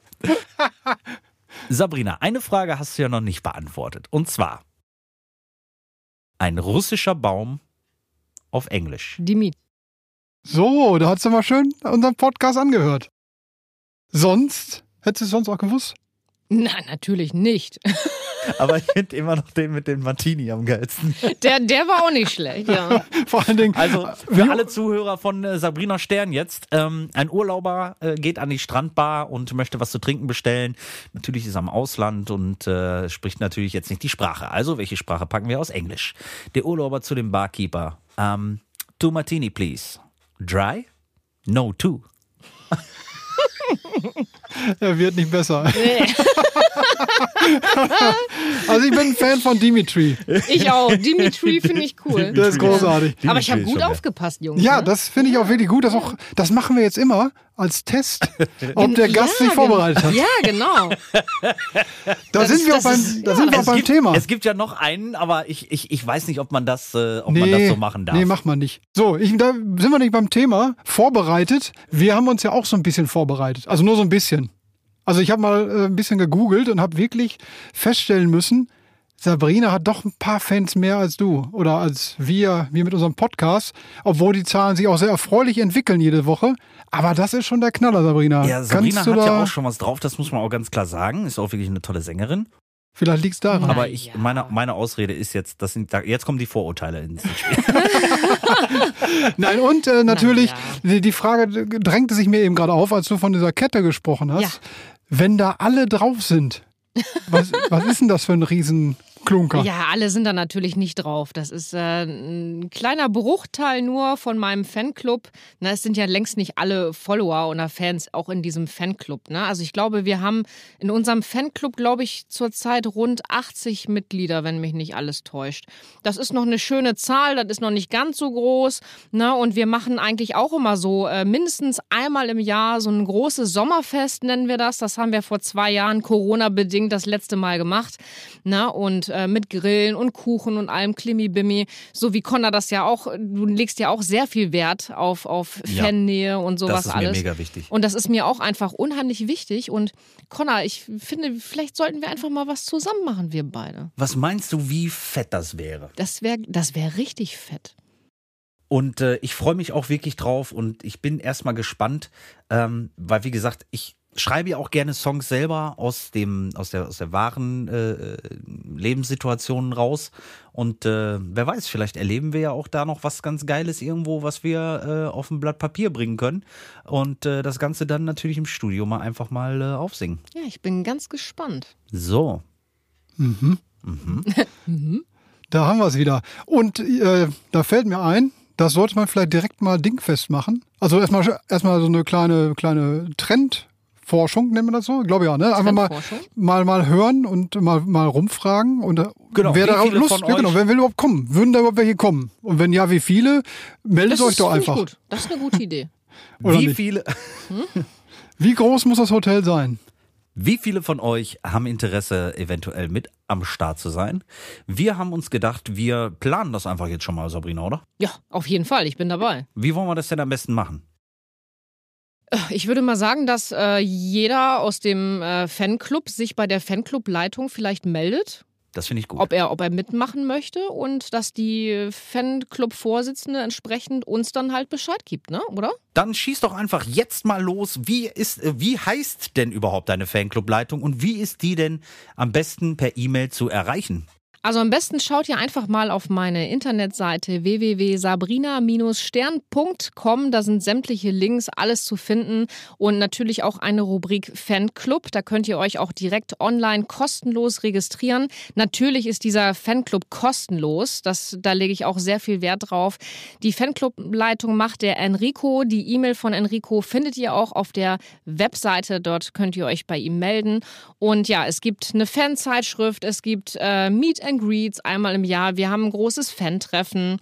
Speaker 2: Sabrina, eine Frage hast du ja noch nicht beantwortet. Und zwar: Ein russischer Baum auf Englisch.
Speaker 3: Dimi.
Speaker 1: So, da hast du mal schön unseren Podcast angehört. Sonst, hättest du es sonst auch gewusst?
Speaker 3: Nein, natürlich nicht.
Speaker 2: Aber ich finde immer noch den mit dem Martini am geilsten.
Speaker 3: Der, der war auch nicht schlecht, ja.
Speaker 1: Vor allen Dingen,
Speaker 2: Also
Speaker 1: wie-
Speaker 2: für alle Zuhörer von äh, Sabrina Stern jetzt, ähm, ein Urlauber äh, geht an die Strandbar und möchte was zu trinken bestellen. Natürlich ist er im Ausland und äh, spricht natürlich jetzt nicht die Sprache. Also welche Sprache packen wir aus Englisch? Der Urlauber zu dem Barkeeper. Ähm, two Martini, please. Dry? No, two.
Speaker 1: er wird nicht besser. also ich bin ein Fan von Dimitri.
Speaker 3: Ich auch. Dimitri finde ich cool.
Speaker 1: Der ist großartig.
Speaker 3: Aber ich
Speaker 2: Dimitri
Speaker 3: habe
Speaker 2: ist schon
Speaker 3: gut aufgepasst, Jungs.
Speaker 1: Ja,
Speaker 3: ne?
Speaker 1: das finde ich auch wirklich gut. Das, auch, das machen wir jetzt immer als Test, ob der Gast
Speaker 3: Ja,
Speaker 1: sich vorbereitet hat.
Speaker 3: gen- Ja, genau.
Speaker 1: Da
Speaker 3: das
Speaker 1: sind
Speaker 3: ist-
Speaker 1: wir auch
Speaker 3: das
Speaker 1: beim,
Speaker 3: ist-
Speaker 1: da sind wir auch
Speaker 2: Es
Speaker 1: beim
Speaker 2: gibt,
Speaker 1: Thema.
Speaker 2: es gibt ja noch einen, aber ich, ich, ich weiß nicht, ob man das, äh, ob man das so machen darf.
Speaker 1: Nee, macht man nicht. So, ich, da sind wir nicht beim Thema. Vorbereitet. Wir haben uns ja auch so ein bisschen vorbereitet. Also nur so ein bisschen. Also ich habe mal äh, ein bisschen gegoogelt und habe wirklich feststellen müssen, Sabrina hat doch ein paar Fans mehr als du oder als wir, wir mit unserem Podcast, obwohl die Zahlen sich auch sehr erfreulich entwickeln jede Woche. Aber das ist schon der Knaller, Sabrina.
Speaker 2: Ja, Sabrina
Speaker 1: Kannst du
Speaker 2: hat
Speaker 1: da,
Speaker 2: ja auch schon was drauf, das muss man auch ganz klar sagen. Ist auch wirklich eine tolle Sängerin.
Speaker 1: Vielleicht liegt es daran.
Speaker 3: Na
Speaker 2: Aber ich,
Speaker 3: ja.
Speaker 2: meine, meine Ausrede ist jetzt, das sind, da- jetzt kommen die Vorurteile ins Spiel.
Speaker 1: Nein, und äh, natürlich,
Speaker 3: ja.
Speaker 1: die, die Frage drängte sich mir eben gerade auf, als du von dieser Kette gesprochen hast.
Speaker 3: Ja.
Speaker 1: Wenn da alle drauf sind, was, was ist denn das für ein Riesenklunker?
Speaker 3: Ja, alle sind da natürlich nicht drauf. Das ist äh, ein kleiner Bruchteil nur von meinem Fanclub. Na, es sind ja längst nicht alle Follower oder Fans auch in diesem Fanclub. Ne? Also ich glaube, wir haben in unserem Fanclub, glaube ich, zurzeit rund 80 Mitglieder, wenn mich nicht alles täuscht. Das ist noch eine schöne Zahl, das ist noch nicht ganz so groß. Ne? Und wir machen eigentlich auch immer so äh, mindestens einmal im Jahr so ein großes Sommerfest, nennen wir das. Das haben wir vor zwei Jahren Corona-bedingt das letzte Mal gemacht. Na, und äh, mit Grillen und Kuchen und allem Klimmi-Bimmi. So wie Conda das ja auch, du legst ja auch sehr viel Wert auf, auf
Speaker 2: Ja.
Speaker 3: Fannähe und sowas
Speaker 2: Das ist mir
Speaker 3: alles.
Speaker 2: mega wichtig.
Speaker 3: Und das ist mir auch einfach unheimlich wichtig. Und Connor, ich finde, vielleicht sollten wir einfach mal was zusammen machen, wir beide.
Speaker 2: Was meinst du, wie fett das wäre?
Speaker 3: Das wäre das wär richtig fett.
Speaker 2: Und äh, ich freue mich auch wirklich drauf und ich bin erstmal gespannt, ähm, weil wie gesagt, ich schreibe ja auch gerne Songs selber aus dem aus der aus der wahren äh, äh, Lebenssituation raus und äh, wer weiß, vielleicht erleben wir ja auch da noch was ganz Geiles irgendwo, was wir äh, auf ein Blatt Papier bringen können und äh, das Ganze dann natürlich im Studio mal einfach mal äh, aufsingen.
Speaker 3: Ja, ich bin ganz gespannt.
Speaker 2: So,
Speaker 1: Da haben wir es wieder. Und äh, da fällt mir ein, das sollte man vielleicht direkt mal dingfest machen. Also erstmal erstmal so eine kleine kleine Trendforschung nennen wir das so, glaube ja, ne? Einfach mal,
Speaker 3: Trendforschung?
Speaker 1: mal mal hören und mal mal rumfragen und äh,
Speaker 2: Genau,
Speaker 1: wer
Speaker 2: wie
Speaker 1: da
Speaker 2: viele
Speaker 1: Lust,
Speaker 2: von
Speaker 1: ja, genau,
Speaker 2: euch-
Speaker 1: wenn wir überhaupt kommen, würden da überhaupt welche kommen? Und wenn ja, wie viele? Meldet
Speaker 3: Das
Speaker 1: euch
Speaker 3: ist-
Speaker 1: doch
Speaker 3: finde ich
Speaker 1: einfach.
Speaker 3: Gut. Das ist eine gute Idee.
Speaker 1: Oder
Speaker 2: wie
Speaker 1: nicht?
Speaker 2: viele
Speaker 1: Wie groß muss das Hotel sein?
Speaker 2: Wie viele von euch haben Interesse, eventuell mit am Start zu sein? Wir haben uns gedacht, wir planen das einfach jetzt schon mal, Sabrina, oder?
Speaker 3: Ja, auf jeden Fall. Ich bin dabei.
Speaker 2: Wie wollen wir das denn am besten machen?
Speaker 3: Ich würde mal sagen, dass äh, jeder aus dem äh, Fanclub sich bei der Fanclub-Leitung vielleicht meldet,
Speaker 2: Das finde ich gut.
Speaker 3: ob er, ob er mitmachen möchte und dass die Fanclub-Vorsitzende entsprechend uns dann halt Bescheid gibt, ne? Oder?
Speaker 2: Dann schieß doch einfach jetzt mal los. Wie ist, äh, wie heißt denn überhaupt deine Fanclub-Leitung und wie ist die denn am besten per E-Mail zu erreichen?
Speaker 3: Also am besten schaut ihr einfach mal auf meine Internetseite www.sabrina-stern.com. Da sind sämtliche Links, alles zu finden und natürlich auch eine Rubrik Fanclub. Da könnt ihr euch auch direkt online kostenlos registrieren. Natürlich ist dieser Fanclub kostenlos. Das, da lege ich auch sehr viel Wert drauf. Die Fanclub-Leitung macht der Enrico. Die E-Mail von Enrico findet ihr auch auf der Webseite. Dort könnt ihr euch bei ihm melden. Und ja, es gibt eine Fanzeitschrift, es gibt äh, Meet and Greets einmal im Jahr. Wir haben ein großes Fan-Treffen.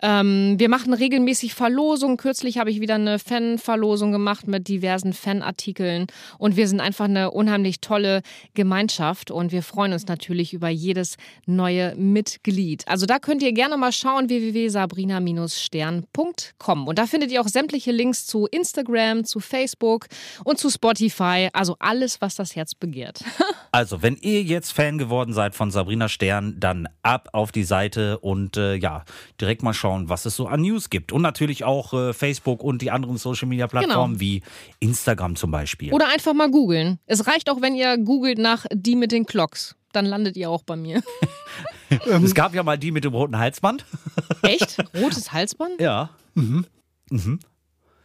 Speaker 3: Ähm, wir machen regelmäßig Verlosungen. Kürzlich habe ich wieder eine Fan-Verlosung gemacht mit diversen Fanartikeln. Und wir sind einfach eine unheimlich tolle Gemeinschaft und wir freuen uns natürlich über jedes neue Mitglied. Also da könnt ihr gerne mal schauen, www.sabrina-stern.com. Und da findet ihr auch sämtliche Links zu Instagram, zu Facebook und zu Spotify. Also alles, was das Herz begehrt.
Speaker 2: Also, wenn ihr jetzt Fan geworden seid von Sabrina Stern, dann ab auf die Seite und äh, ja, direkt mal schauen, was es so an News gibt. Und natürlich auch äh, Facebook und die anderen Social Media Plattformen wie Instagram zum Beispiel.
Speaker 3: Oder einfach mal googeln. Es reicht auch, wenn ihr googelt nach die mit den Clocks. Dann landet ihr auch bei mir.
Speaker 2: es gab ja mal die mit dem roten Halsband.
Speaker 3: Echt? Rotes Halsband?
Speaker 2: Ja. Mhm. Mhm.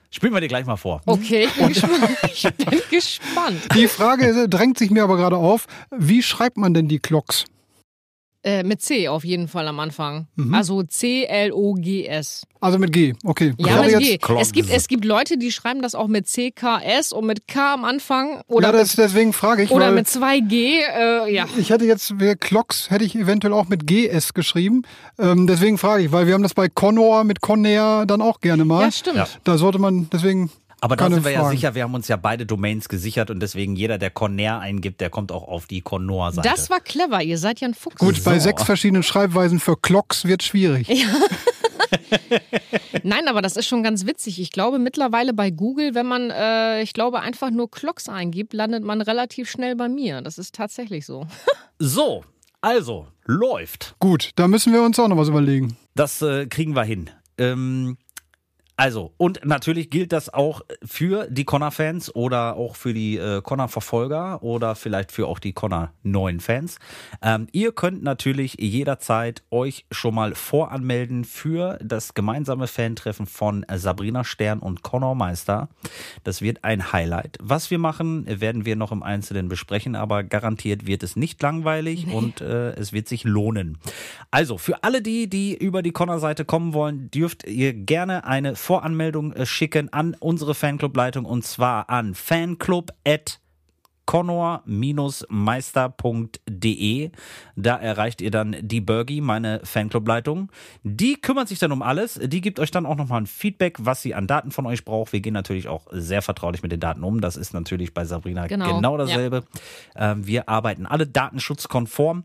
Speaker 2: Spielen wir dir gleich mal vor.
Speaker 1: Hm?
Speaker 3: Okay, ich bin, gespannt. ich bin gespannt.
Speaker 1: Die Frage ist, drängt sich mir aber gerade auf, wie schreibt man denn die Glocks?
Speaker 3: Äh, mit C auf jeden Fall am Anfang.
Speaker 1: Mhm.
Speaker 3: Also C-L-O-G-S.
Speaker 1: Also mit G, okay.
Speaker 3: Ja,
Speaker 1: Gerade
Speaker 3: mit
Speaker 1: jetzt-
Speaker 3: G.
Speaker 2: Clocks.
Speaker 3: Es gibt, es gibt Leute, die schreiben das auch mit C-K-S und mit K am Anfang. Oder
Speaker 1: ja, das, deswegen frage ich,
Speaker 3: Oder
Speaker 1: weil
Speaker 3: mit 2G, äh, ja.
Speaker 1: ich hätte jetzt, wir Clocks hätte ich eventuell auch mit GS geschrieben. Ähm, deswegen frage ich, weil wir haben das bei Connor mit Conair dann auch gerne mal.
Speaker 3: Ja, stimmt.
Speaker 2: Ja.
Speaker 1: Da sollte man deswegen.
Speaker 2: Aber da
Speaker 1: keine
Speaker 2: sind wir ja
Speaker 1: Fragen.
Speaker 2: sicher, wir haben uns ja beide Domains gesichert und deswegen jeder, der Conair eingibt, der kommt auch auf die Conor-Seite.
Speaker 3: Das war clever, ihr seid ja ein Fuchs.
Speaker 1: Gut, bei
Speaker 2: So.
Speaker 1: sechs verschiedenen Schreibweisen für Clocks wird schwierig.
Speaker 3: Nein, aber das ist schon ganz witzig. Ich glaube mittlerweile bei Google, wenn man, äh, ich glaube, einfach nur Clocks eingibt, landet man relativ schnell bei mir. Das ist tatsächlich so.
Speaker 2: so, also, läuft.
Speaker 1: Gut, da müssen wir uns auch noch was überlegen.
Speaker 2: Das äh, kriegen wir hin. Ähm, also, und natürlich gilt das auch für die Connor-Fans oder auch für die äh, Connor-Verfolger oder vielleicht für auch die Connor-neuen Fans. Ähm, ihr könnt natürlich jederzeit euch schon mal voranmelden für das gemeinsame Fantreffen von Sabrina Stern und Connor Meister. Das wird ein Highlight. Was wir machen, werden wir noch im Einzelnen besprechen, aber garantiert wird es nicht langweilig und äh, es wird sich lohnen. Also, für alle die, die über die Connor-Seite kommen wollen, dürft ihr gerne eine Voranmeldung äh, schicken an unsere Fanclub-Leitung und zwar an fanclub@ connor-meister.de. Da erreicht ihr dann die Bergie, meine Fanclub-Leitung. Die kümmert sich dann um alles. Die gibt euch dann auch nochmal ein Feedback, was sie an Daten von euch braucht. Wir gehen natürlich auch sehr vertraulich mit den Daten um. Das ist natürlich bei Sabrina
Speaker 3: Genau.
Speaker 2: genau, dasselbe. Ähm, wir arbeiten alle datenschutzkonform.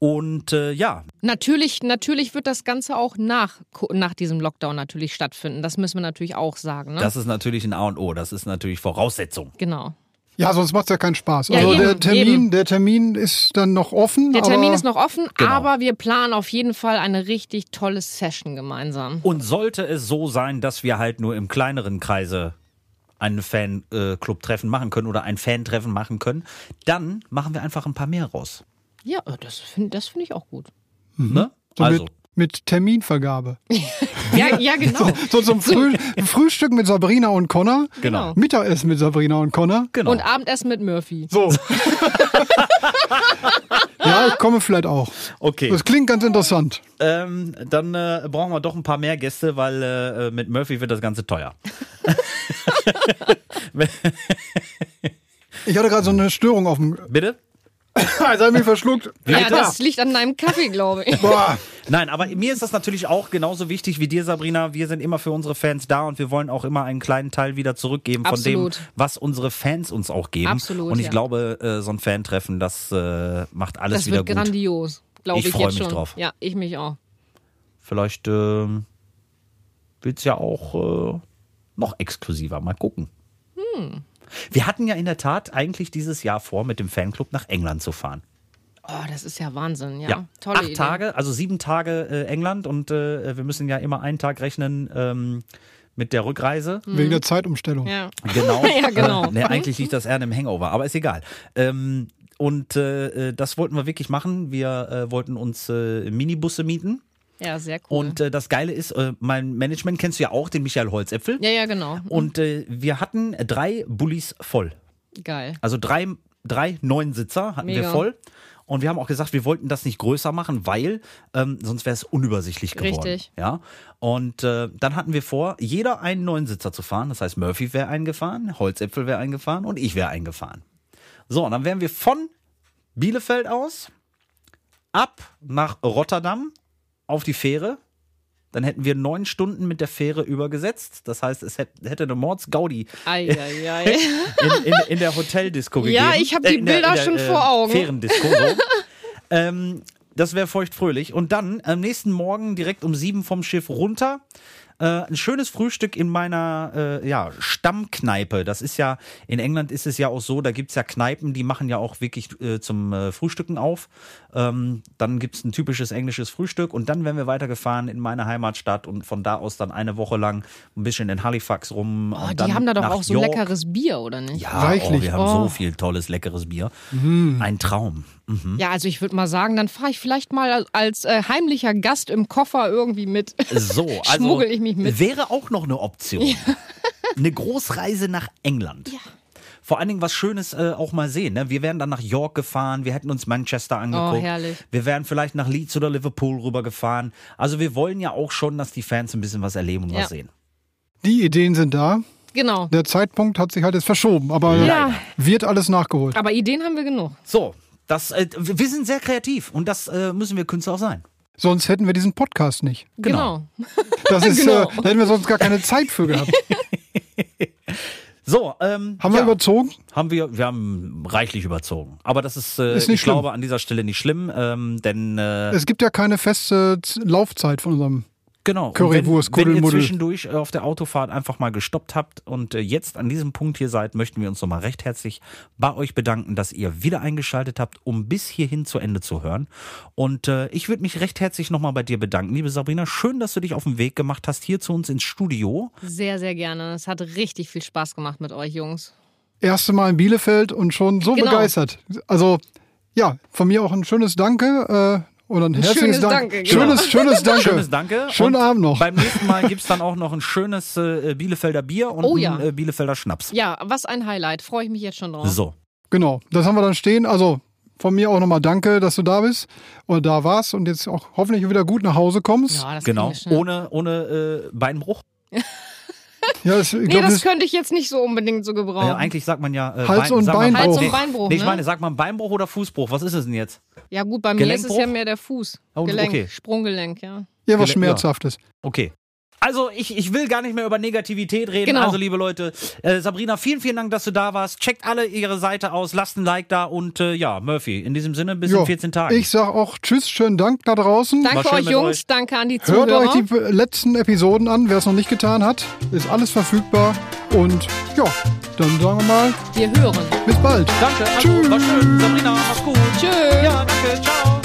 Speaker 2: Und äh, ja,
Speaker 3: Natürlich, natürlich wird das Ganze auch nach, nach diesem Lockdown natürlich stattfinden. Das müssen wir natürlich auch sagen. Ne?
Speaker 2: das ist natürlich ein A und O. Das ist natürlich Voraussetzung.
Speaker 3: genau.
Speaker 1: Ja, sonst macht es ja keinen Spaß.
Speaker 3: Ja,
Speaker 1: also
Speaker 3: eben,
Speaker 1: der, Termin,
Speaker 3: eben.
Speaker 1: der Termin ist dann noch offen.
Speaker 3: Der Termin
Speaker 1: aber
Speaker 3: ist noch offen,
Speaker 2: Genau.
Speaker 3: aber wir planen auf jeden Fall eine richtig tolle Session gemeinsam.
Speaker 2: Und sollte es so sein, dass wir halt nur im kleineren Kreise einen Fanclub-Treffen machen können oder ein Fan-Treffen machen können, dann machen wir einfach ein paar mehr raus.
Speaker 3: Ja, oh, das finde das find ich auch gut.
Speaker 1: Mhm.
Speaker 2: Ne?
Speaker 1: so
Speaker 2: also,
Speaker 1: mit, mit Terminvergabe.
Speaker 3: Ja, ja genau.
Speaker 1: So zum Früh Frühstück mit Sabrina und Connor.
Speaker 2: genau.
Speaker 1: Mittagessen mit Sabrina und Connor.
Speaker 2: genau.
Speaker 3: Und Abendessen mit Murphy.
Speaker 1: So. ja, ich komme vielleicht auch.
Speaker 2: okay,
Speaker 1: Das klingt ganz interessant.
Speaker 2: ähm, dann äh, brauchen wir doch ein paar mehr Gäste, weil äh, mit Murphy wird das Ganze teuer.
Speaker 1: Ich hatte gerade so eine Störung auf dem.
Speaker 2: Bitte?
Speaker 1: Jetzt habe ich mich verschluckt.
Speaker 3: Ja, das liegt an deinem Kaffee, glaube ich.
Speaker 1: Boah.
Speaker 2: Nein, aber mir ist das natürlich auch genauso wichtig wie dir, Sabrina. Wir sind immer für unsere Fans da und wir wollen auch immer einen kleinen Teil wieder zurückgeben
Speaker 3: Absolut.
Speaker 2: von dem, was unsere Fans uns auch geben.
Speaker 3: Absolut,
Speaker 2: Und ich
Speaker 3: ja.
Speaker 2: glaube, äh, so ein Fantreffen, das äh, macht alles
Speaker 3: Das
Speaker 2: wieder
Speaker 3: wird
Speaker 2: gut.
Speaker 3: grandios, glaube
Speaker 2: Ich
Speaker 3: ich,
Speaker 2: freu
Speaker 3: jetzt
Speaker 2: mich
Speaker 3: schon.
Speaker 2: drauf.
Speaker 3: Ja, ich mich auch.
Speaker 2: Vielleicht ähm, wird's ja auch äh, noch exklusiver. Mal gucken.
Speaker 3: Hm.
Speaker 2: Wir hatten ja in der Tat eigentlich dieses Jahr vor, mit dem Fanclub nach England zu fahren.
Speaker 3: Oh, das ist ja Wahnsinn, ja.
Speaker 2: Ja,
Speaker 3: Tolle
Speaker 2: acht
Speaker 3: Idee.
Speaker 2: Tage, also sieben Tage äh, England und äh, wir müssen ja immer einen Tag rechnen ähm, mit der Rückreise.
Speaker 1: Wegen der Zeitumstellung.
Speaker 3: Ja.
Speaker 2: Genau.
Speaker 3: Hm. Ja, genau.
Speaker 2: Äh, nee, eigentlich liegt das eher im Hangover, aber ist egal. Ähm, und äh, äh, das wollten wir wirklich machen. Wir äh, wollten uns äh, Minibusse mieten.
Speaker 3: ja, sehr cool.
Speaker 2: Und äh, das Geile ist, äh, mein Management kennst du ja auch, den Michael Holzäpfel.
Speaker 3: ja, ja, genau.
Speaker 2: Und äh, wir hatten drei Bullis voll.
Speaker 3: Geil.
Speaker 2: Also drei, drei neun Sitzer hatten wir
Speaker 3: Mega.
Speaker 2: voll. Und wir haben auch gesagt, wir wollten das nicht größer machen, weil ähm, sonst wäre es unübersichtlich geworden.
Speaker 3: Richtig.
Speaker 2: Ja. Und äh, dann hatten wir vor, jeder einen neuen Sitzer zu fahren. Das heißt, Murphy wäre eingefahren, Holzäpfel wäre eingefahren und ich wäre eingefahren. So, und dann wären wir von Bielefeld aus ab nach Rotterdam auf die Fähre. Dann hätten wir neun Stunden mit der Fähre übergesetzt. Das heißt, es hätte, hätte eine Mordsgaudi
Speaker 3: Ei, ei, ei.
Speaker 2: in, in, in der Hoteldisco gegeben. Äh,
Speaker 3: Ja, ich hab die
Speaker 2: in der-
Speaker 3: Bilder
Speaker 2: in der,
Speaker 3: schon vor Augen.
Speaker 2: Fährendisco. So. ähm, das wäre feuchtfröhlich. Und dann am nächsten Morgen direkt um sieben vom Schiff runter. Äh, ein schönes Frühstück in meiner äh, ja, Stammkneipe. Das ist ja, in England ist es ja auch so, da gibt es ja Kneipen, die machen ja auch wirklich äh, zum äh, Frühstücken auf. Ähm, dann gibt es ein typisches englisches Frühstück und dann werden wir weitergefahren in meine Heimatstadt und von da aus dann eine Woche lang ein bisschen in Halifax rum.
Speaker 3: Oh,
Speaker 2: und
Speaker 3: die
Speaker 2: dann
Speaker 3: haben da doch
Speaker 2: nach
Speaker 3: auch so
Speaker 2: York.
Speaker 3: leckeres Bier, oder nicht?
Speaker 2: Ja,
Speaker 1: Reichlich.
Speaker 2: Oh, wir haben
Speaker 3: Oh. Mhm.
Speaker 2: so viel tolles, leckeres Bier. Ein Traum.
Speaker 3: Ja, also ich würde mal sagen, dann fahre ich vielleicht mal als, als äh, heimlicher Gast im Koffer irgendwie mit.
Speaker 2: So, also
Speaker 3: Schmuggel ich mich mit.
Speaker 2: wäre auch noch eine Option. Eine Großreise nach England. Vor allen Dingen was Schönes äh, auch mal sehen. Ne? Wir wären dann nach York gefahren, wir hätten uns Manchester angeguckt.
Speaker 3: Oh, herrlich.
Speaker 2: Wir wären vielleicht nach Leeds oder Liverpool rübergefahren. Also wir wollen ja auch schon, dass die Fans ein bisschen was erleben und
Speaker 3: Ja.
Speaker 2: was sehen.
Speaker 1: Die Ideen sind da.
Speaker 3: Genau.
Speaker 1: Der Zeitpunkt hat sich halt jetzt verschoben, aber
Speaker 3: Ja.
Speaker 1: wird alles nachgeholt.
Speaker 3: Aber Ideen haben wir genug.
Speaker 2: So, das, äh, wir sind sehr kreativ und das äh, müssen wir Künstler auch sein.
Speaker 1: Sonst hätten wir diesen Podcast nicht.
Speaker 2: Genau.
Speaker 3: Genau.
Speaker 1: Das ist,
Speaker 3: Genau.
Speaker 1: äh, da hätten wir sonst gar keine Zeit für gehabt.
Speaker 2: So, ähm,
Speaker 1: Haben wir
Speaker 2: ja.
Speaker 1: überzogen?
Speaker 2: Haben wir, wir haben reichlich überzogen. Aber das ist, äh,
Speaker 1: Ist nicht
Speaker 2: ich
Speaker 1: schlimm.
Speaker 2: glaube, an dieser Stelle nicht schlimm, ähm, denn äh,
Speaker 1: Es gibt ja keine feste Z- Laufzeit von unserem.
Speaker 2: genau. Und
Speaker 1: Currywurst,
Speaker 2: wenn, wenn ihr
Speaker 1: Kuddelmuddel.
Speaker 2: zwischendurch äh, auf der Autofahrt einfach mal gestoppt habt und äh, jetzt an diesem Punkt hier seid, möchten wir uns nochmal recht herzlich bei euch bedanken, dass ihr wieder eingeschaltet habt, um bis hierhin zu Ende zu hören. Und äh, ich würde mich recht herzlich nochmal bei dir bedanken, liebe Sabrina. Schön, dass du dich auf den Weg gemacht hast hier zu uns ins Studio.
Speaker 3: Sehr, sehr gerne. Es hat richtig viel Spaß gemacht mit euch, Jungs.
Speaker 1: Erste Mal in Bielefeld und schon so
Speaker 3: Genau.
Speaker 1: begeistert. Also, ja, von mir auch ein schönes Danke äh, oder ein herzliches
Speaker 3: schönes
Speaker 1: Dank.
Speaker 3: Danke, genau.
Speaker 1: schönes, schönes Danke.
Speaker 2: Schönes Danke.
Speaker 1: Schönen
Speaker 2: Und
Speaker 1: Abend noch.
Speaker 2: Beim nächsten Mal gibt es dann auch noch ein schönes äh, Bielefelder Bier und
Speaker 3: Oh ja.
Speaker 2: einen äh, Bielefelder Schnaps.
Speaker 3: Ja, was ein Highlight. Freue ich mich jetzt schon drauf.
Speaker 2: So.
Speaker 1: Genau, das haben wir dann stehen. Also von mir auch nochmal Danke, dass du da bist oder da warst und jetzt auch hoffentlich wieder gut nach Hause kommst.
Speaker 3: Ja, das kriegen
Speaker 2: Genau,
Speaker 3: wir schnell.
Speaker 2: ohne, ohne äh, Beinbruch.
Speaker 1: Ja, das, ich
Speaker 3: Nee,
Speaker 1: glaub,
Speaker 3: das
Speaker 1: das,
Speaker 3: könnte ich jetzt nicht so unbedingt so gebrauchen.
Speaker 2: Äh, eigentlich sagt man ja äh,
Speaker 1: Hals und
Speaker 2: sagt man-
Speaker 1: Beinbruch. Hals und
Speaker 3: Beinbruch,
Speaker 2: Nee, ich
Speaker 3: ne?
Speaker 2: meine, sagt man Beinbruch oder Fußbruch? Was ist es denn jetzt?
Speaker 3: ja, gut, bei mir ist es
Speaker 2: Gelenkbruch?
Speaker 3: ja mehr der Fuß.
Speaker 2: Oh,
Speaker 3: Gelenk,
Speaker 2: okay.
Speaker 3: Sprunggelenk, ja.
Speaker 1: ja was
Speaker 2: Ja.
Speaker 1: Schmerzhaftes.
Speaker 2: Okay. Also ich, ich will gar nicht mehr über Negativität reden.
Speaker 3: Genau.
Speaker 2: Also liebe Leute, äh, Sabrina, vielen, vielen Dank, dass du da warst. Checkt alle ihre Seite aus, lasst ein Like da und äh, ja, Murphy, in diesem Sinne, bis
Speaker 1: Jo,
Speaker 2: in 14 Tagen.
Speaker 1: Ich sag auch Tschüss, schönen Dank da draußen.
Speaker 2: War
Speaker 3: Danke
Speaker 2: schön
Speaker 3: euch
Speaker 2: mit
Speaker 3: Jungs,
Speaker 2: euch.
Speaker 3: danke an die Zuhörer.
Speaker 1: Hört euch die b- letzten Episoden an, wer es noch nicht getan hat. Ist alles verfügbar. Und ja, dann sagen wir mal,
Speaker 3: Wir hören.
Speaker 1: bis bald.
Speaker 2: Danke, also,
Speaker 1: Tschüss.
Speaker 2: war schön. Sabrina, mach's gut.
Speaker 3: Tschüss.
Speaker 2: Ja, danke, ciao.